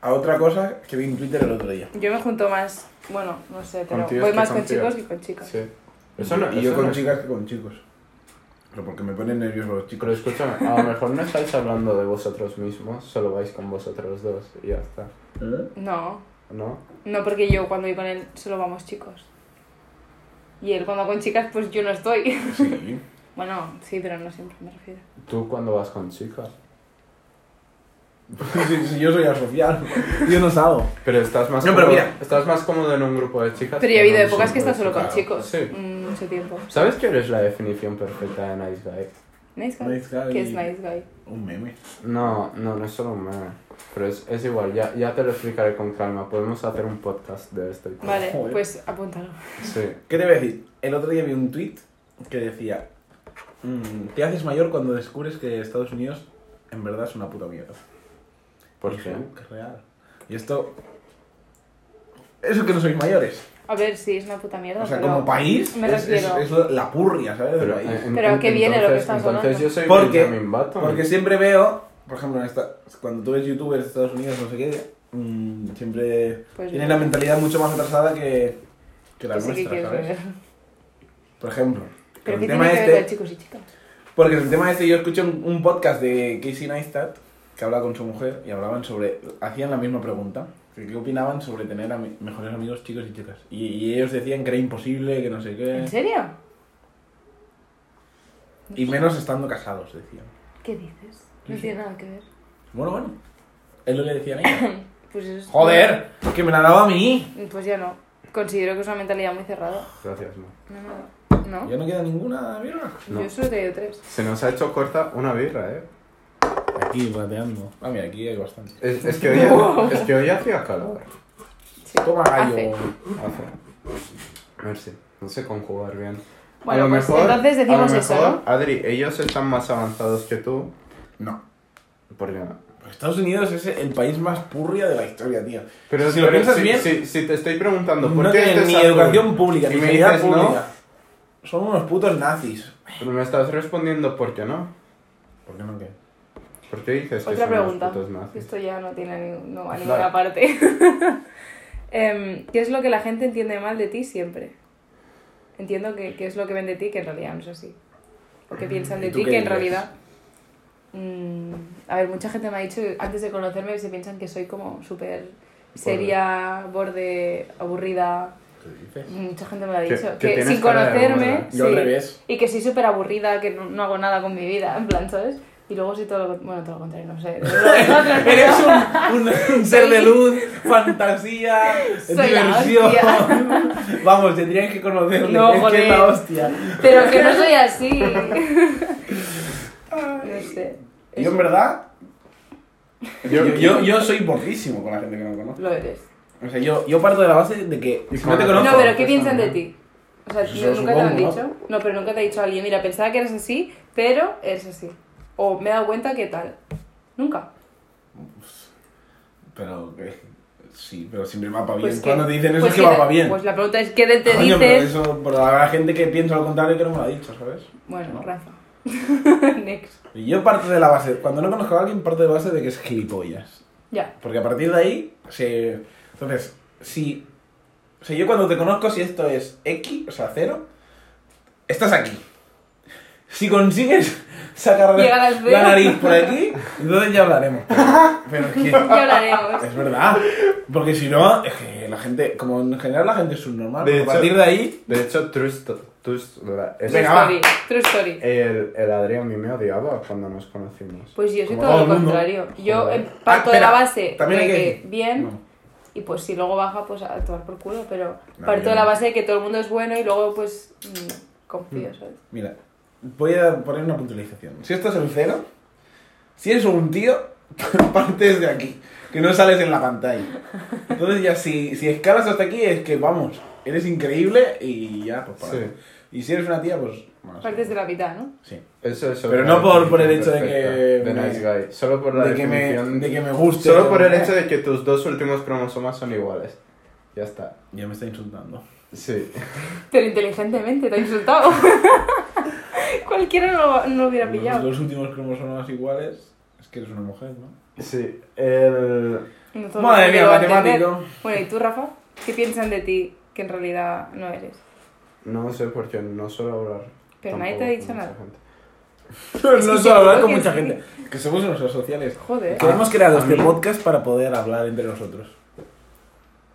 Speaker 3: a otra cosa que vi en Twitter el otro día.
Speaker 1: Yo me junto más. Bueno, no sé, pero
Speaker 2: Con tíos
Speaker 1: voy
Speaker 2: que
Speaker 1: más
Speaker 2: con
Speaker 1: con chicos
Speaker 2: tías.
Speaker 1: que con chicas.
Speaker 2: Sí. Eso no,
Speaker 3: y yo
Speaker 2: eso
Speaker 3: con
Speaker 2: no es-
Speaker 3: chicas que con chicos. Pero porque me ponen nerviosos los
Speaker 2: Pero
Speaker 3: chicos.
Speaker 2: escúchame, a lo mejor no estáis hablando de vosotros mismos, solo vais con vosotros dos y ya está.
Speaker 3: ¿Eh?
Speaker 1: No,
Speaker 2: ¿No?
Speaker 1: no porque yo cuando voy con él solo vamos chicos. Y él cuando con chicas, pues yo no estoy. [laughs]
Speaker 3: Sí. [laughs]
Speaker 1: bueno, sí, pero no siempre me refiero.
Speaker 2: Tú cuando vas con chicas.
Speaker 3: si, si yo soy asocial, yo no salgo.
Speaker 2: Pero estás más,
Speaker 3: No, pero
Speaker 2: cómodo,
Speaker 3: mira.
Speaker 2: estás más cómodo en un grupo de chicas.
Speaker 1: Pero yo
Speaker 2: que
Speaker 1: he
Speaker 2: en
Speaker 1: habido
Speaker 2: un
Speaker 1: épocas que he
Speaker 2: grupo de
Speaker 1: estado solo con chicos.
Speaker 2: chicas. Sí.
Speaker 1: mm, Mucho tiempo.
Speaker 2: ¿Sabes que eres la definición perfecta de nice guy?
Speaker 1: Nice guy.
Speaker 3: Nice guy.
Speaker 1: ¿Qué es nice guy?
Speaker 3: Un meme.
Speaker 2: No, no, no es solo un meme. Pero es, es igual, ya, ya te lo explicaré con calma. Podemos hacer un podcast de esto y todo.
Speaker 1: Vale,
Speaker 3: Joder.
Speaker 1: pues apúntalo.
Speaker 2: Sí.
Speaker 3: ¿Qué te voy a decir? El otro día vi un tweet que decía: mm, Te haces mayor cuando descubres que Estados Unidos en verdad es una puta mierda.
Speaker 2: ¿Por
Speaker 3: Dije,
Speaker 2: qué?
Speaker 3: "Uh, qué real. Y esto. Eso que no sois mayores.
Speaker 1: A ver, sí, es una puta mierda.
Speaker 3: O sea,
Speaker 1: pero-
Speaker 3: como país,
Speaker 1: Me
Speaker 3: es, es-
Speaker 1: refiero.
Speaker 3: es la purria, ¿sabes? Del
Speaker 2: Pero, eh,
Speaker 3: país.
Speaker 2: en-
Speaker 1: Pero
Speaker 2: en-
Speaker 1: qué viene lo que estás
Speaker 2: Entonces
Speaker 1: hablando.
Speaker 2: yo soy
Speaker 3: Porque-
Speaker 2: Benjamin Button.
Speaker 3: Porque siempre veo, por ejemplo, en esta- cuando tú ves youtubers de Estados Unidos, no sé qué, mm, siempre
Speaker 1: Pues
Speaker 3: tienen
Speaker 1: no.
Speaker 3: la mentalidad mucho más atrasada que, que la
Speaker 1: Pues sí que
Speaker 3: nuestra,
Speaker 1: quiero
Speaker 3: ¿sabes?
Speaker 1: saber.
Speaker 3: Por ejemplo.
Speaker 1: Pero
Speaker 3: el
Speaker 1: ¿qué tiene
Speaker 3: tema
Speaker 1: que ver con
Speaker 3: este,
Speaker 1: chicos y chicas?
Speaker 3: porque el tema este, yo escuché un, un podcast de Casey Neistat que hablaba con su mujer y hablaban sobre, hacían la misma pregunta, que qué opinaban sobre tener ami- mejores amigos chicos y chicas. Y, y ellos decían que era imposible, que no sé
Speaker 1: ¿En
Speaker 3: qué.
Speaker 1: serio?
Speaker 3: Y menos estando casados, decían.
Speaker 1: ¿Qué dices?
Speaker 3: Sí,
Speaker 1: No
Speaker 3: sí.
Speaker 1: tiene nada que ver.
Speaker 3: Bueno, bueno. Él lo le decía
Speaker 1: [laughs]
Speaker 3: a ella.
Speaker 1: Pues eso es-
Speaker 3: Joder, que me la ha dado a mí.
Speaker 1: Pues ya no. Considero que es una mentalidad muy cerrada.
Speaker 2: Gracias, no.
Speaker 1: No, no. ¿No?
Speaker 3: Ya no queda ninguna birra.
Speaker 2: No.
Speaker 1: Yo solo te doy tres.
Speaker 2: Se nos ha hecho corta una birra, ¿eh?
Speaker 3: Aquí bateando. Ah, mira, aquí hay bastante.
Speaker 2: Es, es que, hoy, es que hoy hacía calor.
Speaker 1: Sí.
Speaker 3: Toma
Speaker 1: Hace.
Speaker 3: gallo. Pues
Speaker 2: Hace. Merci. No sé conjugar bien.
Speaker 1: Bueno, pues entonces decimos
Speaker 2: a lo
Speaker 1: eso,
Speaker 2: mejor, Adri, ellos están más avanzados que tú.
Speaker 3: No.
Speaker 2: Porque
Speaker 3: Estados Unidos es el país más purria de la historia, tío.
Speaker 2: Pero
Speaker 3: si lo
Speaker 2: pero
Speaker 3: piensas
Speaker 2: si,
Speaker 3: bien,
Speaker 2: si, si te estoy preguntando, ¿por
Speaker 3: no
Speaker 2: qué
Speaker 3: tienen
Speaker 2: este
Speaker 3: ni
Speaker 2: es azul?
Speaker 3: educación pública,
Speaker 2: Y
Speaker 3: ni
Speaker 2: me
Speaker 3: sanidad
Speaker 2: dices no,
Speaker 3: pública. Son unos putos nazis.
Speaker 2: pero me estás respondiendo por qué no.
Speaker 3: ¿Por qué no qué?
Speaker 2: ¿Por qué dices
Speaker 1: Otra
Speaker 2: que son unos
Speaker 1: pregunta.
Speaker 2: putos nazis?
Speaker 1: Esto ya no tiene ni- no va a
Speaker 2: Dale.
Speaker 1: ninguna parte. [laughs] Em, ¿Qué es lo que la gente entiende mal de ti siempre? Entiendo que, que es lo que ven de ti, que en realidad no es así. O que piensan
Speaker 3: Mm, ¿Y
Speaker 1: de
Speaker 3: tú
Speaker 1: ti,
Speaker 3: qué
Speaker 1: que en
Speaker 3: dirías?
Speaker 1: realidad... Mm, a ver, mucha gente me ha dicho, antes de conocerme, se piensan que soy como súper seria, borde, aburrida.
Speaker 3: ¿Qué dices?
Speaker 1: Mucha gente me lo ha
Speaker 2: Que-
Speaker 1: dicho.
Speaker 2: que
Speaker 1: Que,
Speaker 2: tienes
Speaker 1: sin
Speaker 2: cara de
Speaker 1: conocerme.
Speaker 2: aburrida.
Speaker 3: Yo al revés.
Speaker 1: [laughs] Y que soy súper aburrida, que no, no hago nada con mi vida, en plan, ¿sabes? Y luego soy todo lo, bueno, todo lo contrario, no
Speaker 3: [laughs]
Speaker 1: sé.
Speaker 3: Eres
Speaker 1: Ah,
Speaker 3: un, un- un [laughs] ser de
Speaker 1: Soy-
Speaker 3: luz, fantasía,
Speaker 1: Soy la
Speaker 3: diversión. [laughs] Vamos, tendrían que conocerle.
Speaker 1: No,
Speaker 3: es que
Speaker 1: joder.
Speaker 3: es la hostia.
Speaker 1: Pero que no soy
Speaker 3: [laughs]
Speaker 1: así. no sé.
Speaker 3: Yo en verdad,
Speaker 2: Yo-
Speaker 3: yo, yo, yo soy bordísimo con la gente que no conozco.
Speaker 1: Lo eres.
Speaker 3: O sea, yo, yo parto de la base de que
Speaker 2: Y
Speaker 3: si
Speaker 2: con
Speaker 3: no te
Speaker 2: la-
Speaker 3: conozco...
Speaker 1: No, pero ¿qué
Speaker 2: pues,
Speaker 1: piensan de
Speaker 2: también.
Speaker 1: ti? O sea,
Speaker 3: Eso
Speaker 1: nunca te lo han
Speaker 3: supongo,
Speaker 1: dicho. No, pero nunca te ha dicho alguien, mira, pensaba que eres así, pero eres así. O me he dado cuenta que tal. Nunca.
Speaker 3: Pero que- sí, pero siempre va para bien.
Speaker 1: Pues que-
Speaker 3: Cuando te dicen eso
Speaker 1: pues
Speaker 3: es que va
Speaker 1: te-
Speaker 3: para bien.
Speaker 1: Pues la pregunta es, ¿qué te
Speaker 3: Coño, pero
Speaker 1: dices?
Speaker 3: eso, pero habrá gente que piensa lo contrario que no me lo ha dicho, ¿sabes?
Speaker 1: Bueno,
Speaker 3: ¿No?
Speaker 1: Rafa. [laughs] Next.
Speaker 3: Y yo parto de la base, cuando no conozco a alguien, parto de la base de que es gilipollas.
Speaker 1: Ya.
Speaker 3: Porque a partir de ahí, se... Entonces, si... O sea, yo cuando te conozco, si esto es X, o sea, cero, estás aquí. Si consigues [laughs] sacar
Speaker 1: Llegar al cero.
Speaker 3: la nariz por aquí, entonces ya hablaremos. Pero, pero es que...
Speaker 1: [laughs] Ya
Speaker 3: [laughs]
Speaker 1: hablaremos.
Speaker 3: Es verdad, porque si no, es que la gente, como en general la gente es subnormal,
Speaker 2: De
Speaker 3: pero
Speaker 2: hecho-
Speaker 3: a partir de ahí,
Speaker 2: De hecho, True Sto- True Sto- la- es-
Speaker 3: Venga, va.
Speaker 1: True story. True story.
Speaker 2: el, el Adri a mí me odiaba cuando nos conocimos.
Speaker 1: Pues yo soy
Speaker 3: Como
Speaker 1: todo
Speaker 3: todo
Speaker 1: lo
Speaker 3: el mundo.
Speaker 1: contrario. Yo
Speaker 2: Joder.
Speaker 1: eh, parto
Speaker 3: Ah,
Speaker 1: de la
Speaker 3: espera,
Speaker 1: base
Speaker 3: también
Speaker 1: de
Speaker 3: hay que
Speaker 1: que
Speaker 3: decir-
Speaker 1: bien
Speaker 3: No.
Speaker 1: y pues si luego baja, pues a actuar por culo, pero
Speaker 3: No,
Speaker 1: parto
Speaker 3: yo
Speaker 1: de la
Speaker 3: no.
Speaker 1: base de que todo el mundo es bueno y luego pues mm, confío, ¿sabes?
Speaker 3: mira, voy a poner una puntualización. Si esto es el cero, si eres un tío, [laughs] partes de aquí, que no sales en la pantalla. Entonces ya si, si escalas hasta aquí es que vamos, eres increíble y ya, pues para.
Speaker 2: Sí.
Speaker 3: Y si eres una tía, pues... Bueno, sí.
Speaker 1: Partes de la mitad, ¿no?
Speaker 3: Sí.
Speaker 2: Eso es
Speaker 3: Pero
Speaker 2: otra
Speaker 3: no por- por el
Speaker 2: definición
Speaker 3: hecho de
Speaker 2: perfecta
Speaker 3: que
Speaker 2: de
Speaker 3: me-
Speaker 2: nice guy. Solo por la
Speaker 3: De que, me,
Speaker 2: definición.
Speaker 3: de que me guste.
Speaker 2: Solo por el hecho de que tus dos últimos cromosomas son iguales. Ya está.
Speaker 3: Ya me está insultando.
Speaker 2: Sí.
Speaker 1: Pero inteligentemente te ha
Speaker 3: [laughs]
Speaker 1: insultado. Cualquiera no, no lo hubiera
Speaker 3: Los
Speaker 1: pillado.
Speaker 3: dos últimos cromosomas iguales, es que eres una mujer, ¿no?
Speaker 2: Sí. El...
Speaker 1: No todo el
Speaker 3: Madre
Speaker 1: mundo lo
Speaker 3: mía,
Speaker 1: va a entender. [laughs]
Speaker 3: matemático.
Speaker 1: Bueno, ¿y tú, Rafa? ¿Qué piensan de ti que en realidad no eres?
Speaker 2: No sé por qué no suelo hablar.
Speaker 1: Pero
Speaker 2: tampoco
Speaker 1: nadie te ha dicho
Speaker 2: con mucha
Speaker 1: nada.
Speaker 2: gente.
Speaker 3: No
Speaker 1: Es que
Speaker 3: suelo hablar
Speaker 1: seguro
Speaker 3: con
Speaker 1: que
Speaker 3: mucha
Speaker 1: sí.
Speaker 3: gente. Que somos unos sociales.
Speaker 1: Joder.
Speaker 3: Que hemos creado
Speaker 2: a
Speaker 3: este
Speaker 2: mí-
Speaker 3: podcast para poder hablar entre nosotros.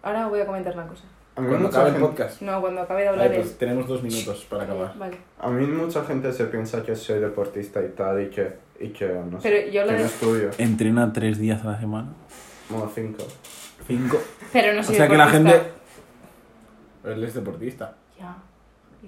Speaker 1: Ahora voy a comentar una cosa.
Speaker 2: A mí,
Speaker 3: Cuando
Speaker 2: mucha
Speaker 3: acabe el
Speaker 2: gente,
Speaker 3: podcast.
Speaker 1: No, cuando acabe de hablar
Speaker 3: Vale,
Speaker 1: es-
Speaker 3: pues tenemos dos minutos para acabar.
Speaker 1: Vale.
Speaker 2: a mí mucha gente se piensa que soy deportista y tal y que, y que no sé.
Speaker 1: Pero yo lo
Speaker 2: que
Speaker 1: de-
Speaker 2: no estudio.
Speaker 3: Entrena tres días a la semana.
Speaker 2: Como cinco.
Speaker 3: Cinco.
Speaker 1: Pero no
Speaker 3: O
Speaker 1: soy
Speaker 3: sea que la
Speaker 1: deportista.
Speaker 3: gente... Él es deportista.
Speaker 1: Ya.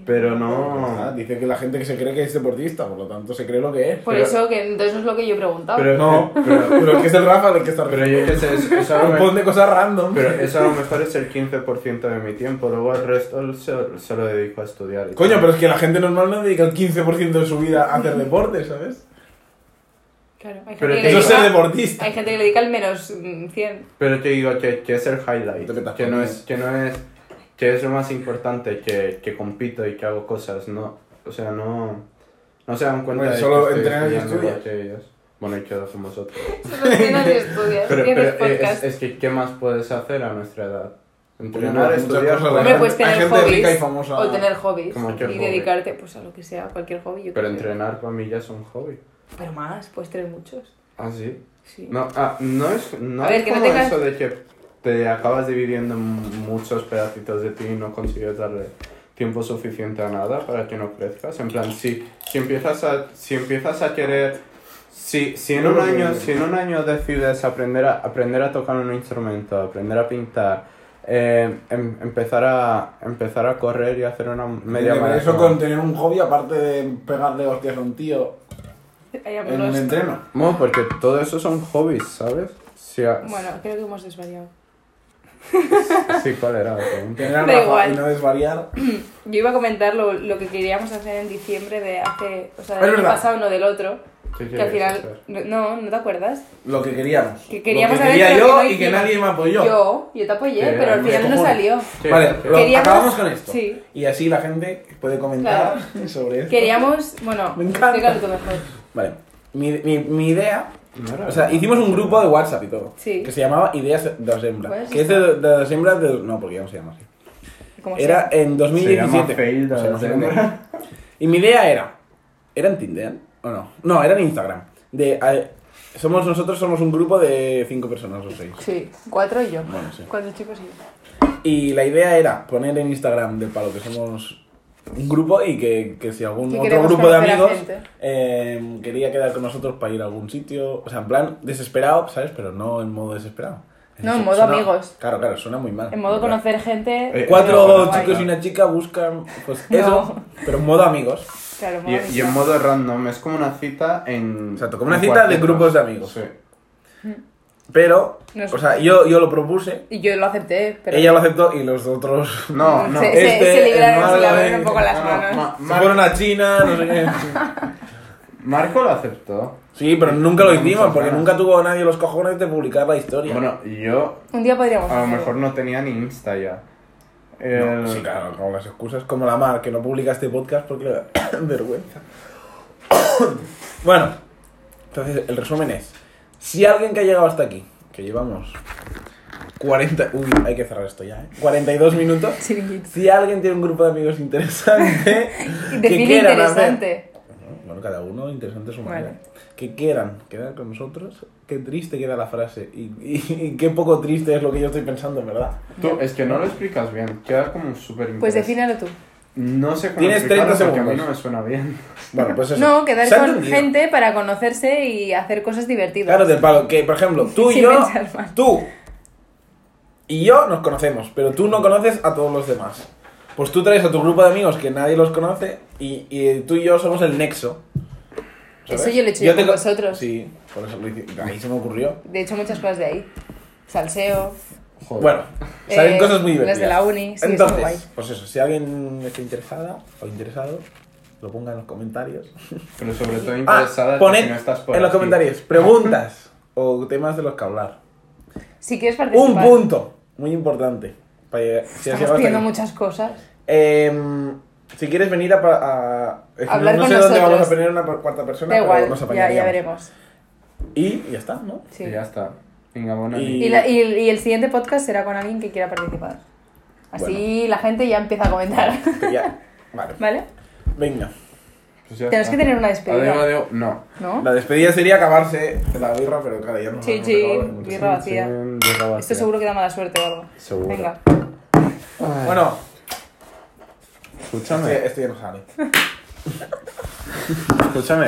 Speaker 2: Pero
Speaker 3: Ah,
Speaker 2: no.
Speaker 3: dice que la gente que se cree que es deportista, por lo tanto se cree lo que es.
Speaker 1: Por
Speaker 2: Pero-
Speaker 1: eso que entonces es lo que yo he preguntado.
Speaker 2: Pero
Speaker 3: No, pero,
Speaker 2: pero,
Speaker 3: el que es el Rafa el que está
Speaker 2: pero yo qué sé, es- es algo
Speaker 3: [laughs] Un
Speaker 2: que-
Speaker 3: montón de cosas random.
Speaker 2: Pero eso a lo mejor es el 15% de mi tiempo, luego el resto se, se lo dedico a estudiar. y
Speaker 3: Coño,
Speaker 2: tal.
Speaker 3: pero es que la gente normal no dedica el 15% de su vida a hacer deporte, ¿sabes?
Speaker 1: Claro, hay gente,
Speaker 2: Pero
Speaker 1: que
Speaker 2: que
Speaker 1: le
Speaker 3: Eso es
Speaker 1: dedica,
Speaker 3: ser deportista.
Speaker 1: hay gente que le dedica al menos mm,
Speaker 2: [laughs]
Speaker 1: 100.
Speaker 2: Pero te digo que, que es el highlight,
Speaker 3: Lo que te has
Speaker 2: que no,
Speaker 3: comido.
Speaker 2: es, que no es que es lo más importante, que, que compito y que hago cosas, no, o sea, no, no se dan cuenta
Speaker 3: Bueno,
Speaker 2: de que
Speaker 3: solo
Speaker 2: estoy
Speaker 3: entrenas y
Speaker 2: estudiando igual
Speaker 3: estudias.
Speaker 2: que ellos. Bueno, y que lo hacemos otros.
Speaker 1: Solo tienes y estudias,
Speaker 2: Pero,
Speaker 1: tienes
Speaker 2: pero, eh,
Speaker 1: podcast.
Speaker 2: es, es que, ¿qué más puedes hacer a nuestra edad? Entrenar,
Speaker 3: Entrenar,
Speaker 2: estudiar,
Speaker 3: muchas cosas.
Speaker 2: jugar.
Speaker 1: Hombre, pues
Speaker 3: Hay
Speaker 1: tener
Speaker 3: gente
Speaker 1: hobbies.
Speaker 3: rica y famosa.
Speaker 1: O tener hobbies.
Speaker 2: Como
Speaker 1: Y
Speaker 2: cualquier hobby.
Speaker 1: dedicarte pues a lo que sea, cualquier hobby. yo
Speaker 2: pero
Speaker 1: qué sé.
Speaker 2: entrenar para mí ya es un hobby.
Speaker 1: Pero más, puedes tener muchos.
Speaker 2: Ah, sí.
Speaker 1: Sí.
Speaker 2: No, ah, no es, no
Speaker 1: A ver,
Speaker 2: es
Speaker 1: que no
Speaker 2: como
Speaker 1: tengas-
Speaker 2: eso de que te acabas dividiendo en muchos pedacitos de ti y no consigues darle tiempo suficiente a nada para que no crezcas. En plan, si, si, empiezas, a, si empiezas a querer... Si, si, en
Speaker 3: No
Speaker 2: un
Speaker 3: lo
Speaker 2: año,
Speaker 3: creo.
Speaker 2: si en un año decides aprender a, aprender a tocar un instrumento, aprender a pintar, eh, em- empezar, a, empezar a correr y hacer una media
Speaker 3: Pero
Speaker 2: maratón...
Speaker 3: Eso con tener un hobby, aparte de pegarle hostias a un tío
Speaker 1: Hay
Speaker 3: en
Speaker 1: algunos-
Speaker 3: un entreno.
Speaker 2: Bueno, porque todo eso son hobbies, ¿sabes? Si a-
Speaker 1: Bueno, creo que hemos desvariado.
Speaker 2: Sí, ¿cuál era? la pregunta?
Speaker 3: Tener al
Speaker 1: Da
Speaker 3: Rafa
Speaker 1: igual.
Speaker 3: y no desvariar.
Speaker 1: Yo iba a comentar lo, lo que queríamos hacer en diciembre de hace. O sea,
Speaker 3: Es
Speaker 1: del año
Speaker 3: verdad.
Speaker 1: pasado, no del otro.
Speaker 2: ¿Qué
Speaker 1: Que al
Speaker 2: quieres
Speaker 1: final.
Speaker 2: hacer?
Speaker 1: No, ¿no te acuerdas?
Speaker 3: Lo que queríamos.
Speaker 1: Que queríamos
Speaker 3: lo que
Speaker 1: saber,
Speaker 3: quería
Speaker 1: pero
Speaker 3: yo
Speaker 1: que no
Speaker 3: y que
Speaker 1: hicimos.
Speaker 3: nadie me apoyó.
Speaker 1: Yo, yo te apoyé,
Speaker 2: Sí,
Speaker 1: pero al
Speaker 2: me
Speaker 1: final no
Speaker 3: cojones.
Speaker 1: salió.
Speaker 2: Sí,
Speaker 3: Vale,
Speaker 2: sí.
Speaker 3: lo-
Speaker 1: Queríamos-
Speaker 3: acabamos con esto.
Speaker 1: Sí.
Speaker 3: Y así la gente puede comentar [laughs] sobre esto.
Speaker 1: Queríamos. Bueno,
Speaker 3: Me encanta.
Speaker 1: explícalo tú mejor.
Speaker 3: Vale. Mi, mi, mi idea.
Speaker 2: No era-
Speaker 3: O sea, hicimos un grupo de WhatsApp y todo.
Speaker 1: Sí.
Speaker 3: Que se llamaba Ideas de Osembra.
Speaker 1: Pues,
Speaker 3: Que es de, de Osembra de. No, porque ya no se llama así.
Speaker 1: Como
Speaker 3: Era en
Speaker 2: llama
Speaker 3: 2017.
Speaker 2: Fail de
Speaker 3: O sea, no sé
Speaker 2: Osembra.
Speaker 3: dónde. Y mi idea era. ¿Era en Tinder? ¿O no? No, era en Instagram. De. a- somos nosotros somos un grupo de cinco personas o seis.
Speaker 1: sea. Sí, cuatro y yo.
Speaker 3: Bueno, sí.
Speaker 1: Cuatro chicos y yo.
Speaker 3: Y la idea era poner en Instagram del palo que somos un grupo y que, que si algún
Speaker 1: Que
Speaker 3: otro
Speaker 1: queremos
Speaker 3: grupo de
Speaker 1: conocer a
Speaker 3: amigos
Speaker 1: gente.
Speaker 3: eh, quería quedar con nosotros para ir a algún sitio, o sea, en plan desesperado, ¿sabes? Pero no en modo desesperado.
Speaker 1: No, en
Speaker 3: Su-
Speaker 1: modo
Speaker 3: suena-
Speaker 1: amigos.
Speaker 3: Claro, claro, suena muy mal.
Speaker 1: En modo
Speaker 3: Claro.
Speaker 1: conocer gente.
Speaker 2: Eh,
Speaker 3: Cuatro
Speaker 2: Guay.
Speaker 3: chicos y una chica buscan pues
Speaker 1: No.
Speaker 3: eso, pero en modo amigos.
Speaker 1: Claro, modo
Speaker 2: Y, y en modo random, es como una cita en.
Speaker 3: Exacto, como una
Speaker 2: en
Speaker 3: cita de
Speaker 2: cuartetos.
Speaker 3: grupos de amigos.
Speaker 2: Sí.
Speaker 3: Pero,
Speaker 1: No es-
Speaker 3: o sea, yo, yo lo propuse,
Speaker 1: Y yo lo acepté, pero.
Speaker 3: ella
Speaker 1: [laughs]
Speaker 3: lo aceptó y los otros [laughs]
Speaker 2: No, no.
Speaker 1: Se,
Speaker 2: eh,
Speaker 1: se-
Speaker 3: este,
Speaker 1: se libraron,
Speaker 3: el
Speaker 1: se lavaron
Speaker 3: Málaga,
Speaker 1: un poco las
Speaker 2: no, no,
Speaker 1: manos.
Speaker 2: ma-
Speaker 3: se
Speaker 2: Mar-
Speaker 3: fueron a China, no sé qué.
Speaker 2: Marco lo aceptó.
Speaker 3: Sí, pero nunca lo
Speaker 2: Tenía
Speaker 3: hicimos
Speaker 2: muchas
Speaker 3: porque
Speaker 2: ganas.
Speaker 3: nunca tuvo nadie los cojones de publicar la historia.
Speaker 2: Bueno, yo
Speaker 1: Un día podríamos.
Speaker 2: a lo
Speaker 1: hacerlo. [laughs]
Speaker 2: mejor no tenía ni Insta ya.
Speaker 3: No,
Speaker 1: Eh,
Speaker 2: El-
Speaker 3: sí, claro, con las excusas como la mar que no publica este podcast porque le da [coughs] vergüenza. bueno, entonces el resumen es: si alguien que ha llegado hasta aquí, que llevamos 40. Uy, hay que cerrar esto ya, ¿eh? 42 minutos.
Speaker 1: Chiringuito.
Speaker 3: Si alguien tiene un grupo de amigos
Speaker 1: [laughs]
Speaker 3: interesante,
Speaker 1: De
Speaker 3: que
Speaker 1: fin
Speaker 3: quieran
Speaker 1: interesante.
Speaker 3: hacer- Bueno, cada uno interesante a su
Speaker 1: Vale.
Speaker 3: manera. Que quieran quedar con nosotros. Qué triste queda la frase. Y, y- y qué poco triste es lo que yo estoy pensando, en verdad.
Speaker 2: Tú, es que no lo explicas bien, queda como súper
Speaker 1: Pues
Speaker 2: interesante.
Speaker 1: defínalo tú.
Speaker 2: No sé cómo
Speaker 3: Tienes
Speaker 2: explicarlo
Speaker 3: 30
Speaker 2: porque a mí
Speaker 3: segundos.
Speaker 2: no me suena
Speaker 3: [laughs]
Speaker 2: bien.
Speaker 3: Bueno,
Speaker 1: [laughs]
Speaker 3: pues eso.
Speaker 1: No, quedar
Speaker 3: Se ha
Speaker 1: con
Speaker 3: entendido.
Speaker 1: gente para conocerse y hacer cosas divertidas.
Speaker 3: Claro, del palo. Que, por ejemplo, tú y
Speaker 1: Sin
Speaker 3: yo.
Speaker 1: pensar mal.
Speaker 3: Tú y yo nos conocemos, pero tú no conoces a todos los demás. Pues tú traes a tu grupo de amigos que nadie los conoce y, y tú y yo somos el nexo. ¿sabes?
Speaker 1: Eso yo lo he hecho yo
Speaker 3: te
Speaker 1: con
Speaker 3: co-
Speaker 1: vosotros.
Speaker 3: Sí, por eso lo hice. Ahí se me ocurrió.
Speaker 1: De hecho, muchas cosas de ahí. Salseo.
Speaker 2: Joder.
Speaker 3: Bueno, salen
Speaker 1: Eh,
Speaker 3: cosas muy
Speaker 1: las
Speaker 3: divertidas.
Speaker 1: de la uni, sí, está muy guay.
Speaker 3: Entonces, pues eso, si alguien está interesada o interesado, lo ponga en los comentarios.
Speaker 2: Pero sobre todo
Speaker 3: Ah,
Speaker 2: interesada
Speaker 3: poned
Speaker 2: que no estás por
Speaker 3: en los
Speaker 2: aquí.
Speaker 3: comentarios preguntas o temas de los que hablar.
Speaker 1: Si quieres
Speaker 3: Un
Speaker 1: participar.
Speaker 3: punto muy importante. Para llegar- si has
Speaker 1: Estamos
Speaker 3: llegado hasta
Speaker 1: pidiendo
Speaker 3: aquí.
Speaker 1: muchas cosas.
Speaker 3: Em, si quieres venir a, pa- a- es que
Speaker 1: Hablar
Speaker 3: no, no
Speaker 1: con
Speaker 3: sé
Speaker 1: nosotros.
Speaker 3: dónde vamos a poner una por- cuarta persona,
Speaker 1: Da
Speaker 3: pero
Speaker 1: igual, ya,
Speaker 3: nos
Speaker 1: ya
Speaker 3: apañaríamos.
Speaker 1: veremos.
Speaker 3: Y ya está, ¿no?
Speaker 1: Sí.
Speaker 2: Y ya está. Venga, bueno.
Speaker 3: Y-
Speaker 1: Y, la- y- y el siguiente podcast será con alguien que quiera participar. Así la gente ya empieza a comentar.
Speaker 3: [laughs] Que ya- Vale.
Speaker 1: ¿Vale?
Speaker 3: Venga.
Speaker 2: Pues ya
Speaker 1: Tenemos
Speaker 2: está.
Speaker 1: que tener una despedida.
Speaker 2: Adiós, adiós. No.
Speaker 1: ¿No?
Speaker 3: La despedida sería acabarse la birra, pero claro, ya no
Speaker 1: Sí,
Speaker 3: nos
Speaker 1: sí,
Speaker 3: acabamos de muchas
Speaker 1: birra.
Speaker 3: cosas.
Speaker 1: vacía.
Speaker 2: Sí, birra
Speaker 1: Esto
Speaker 2: vacía.
Speaker 1: seguro que da mala suerte o algo.
Speaker 2: Seguro.
Speaker 1: Venga.
Speaker 3: Bueno,
Speaker 2: Escúchame.
Speaker 1: [laughs]
Speaker 3: este, este ya no sale. Escúchame.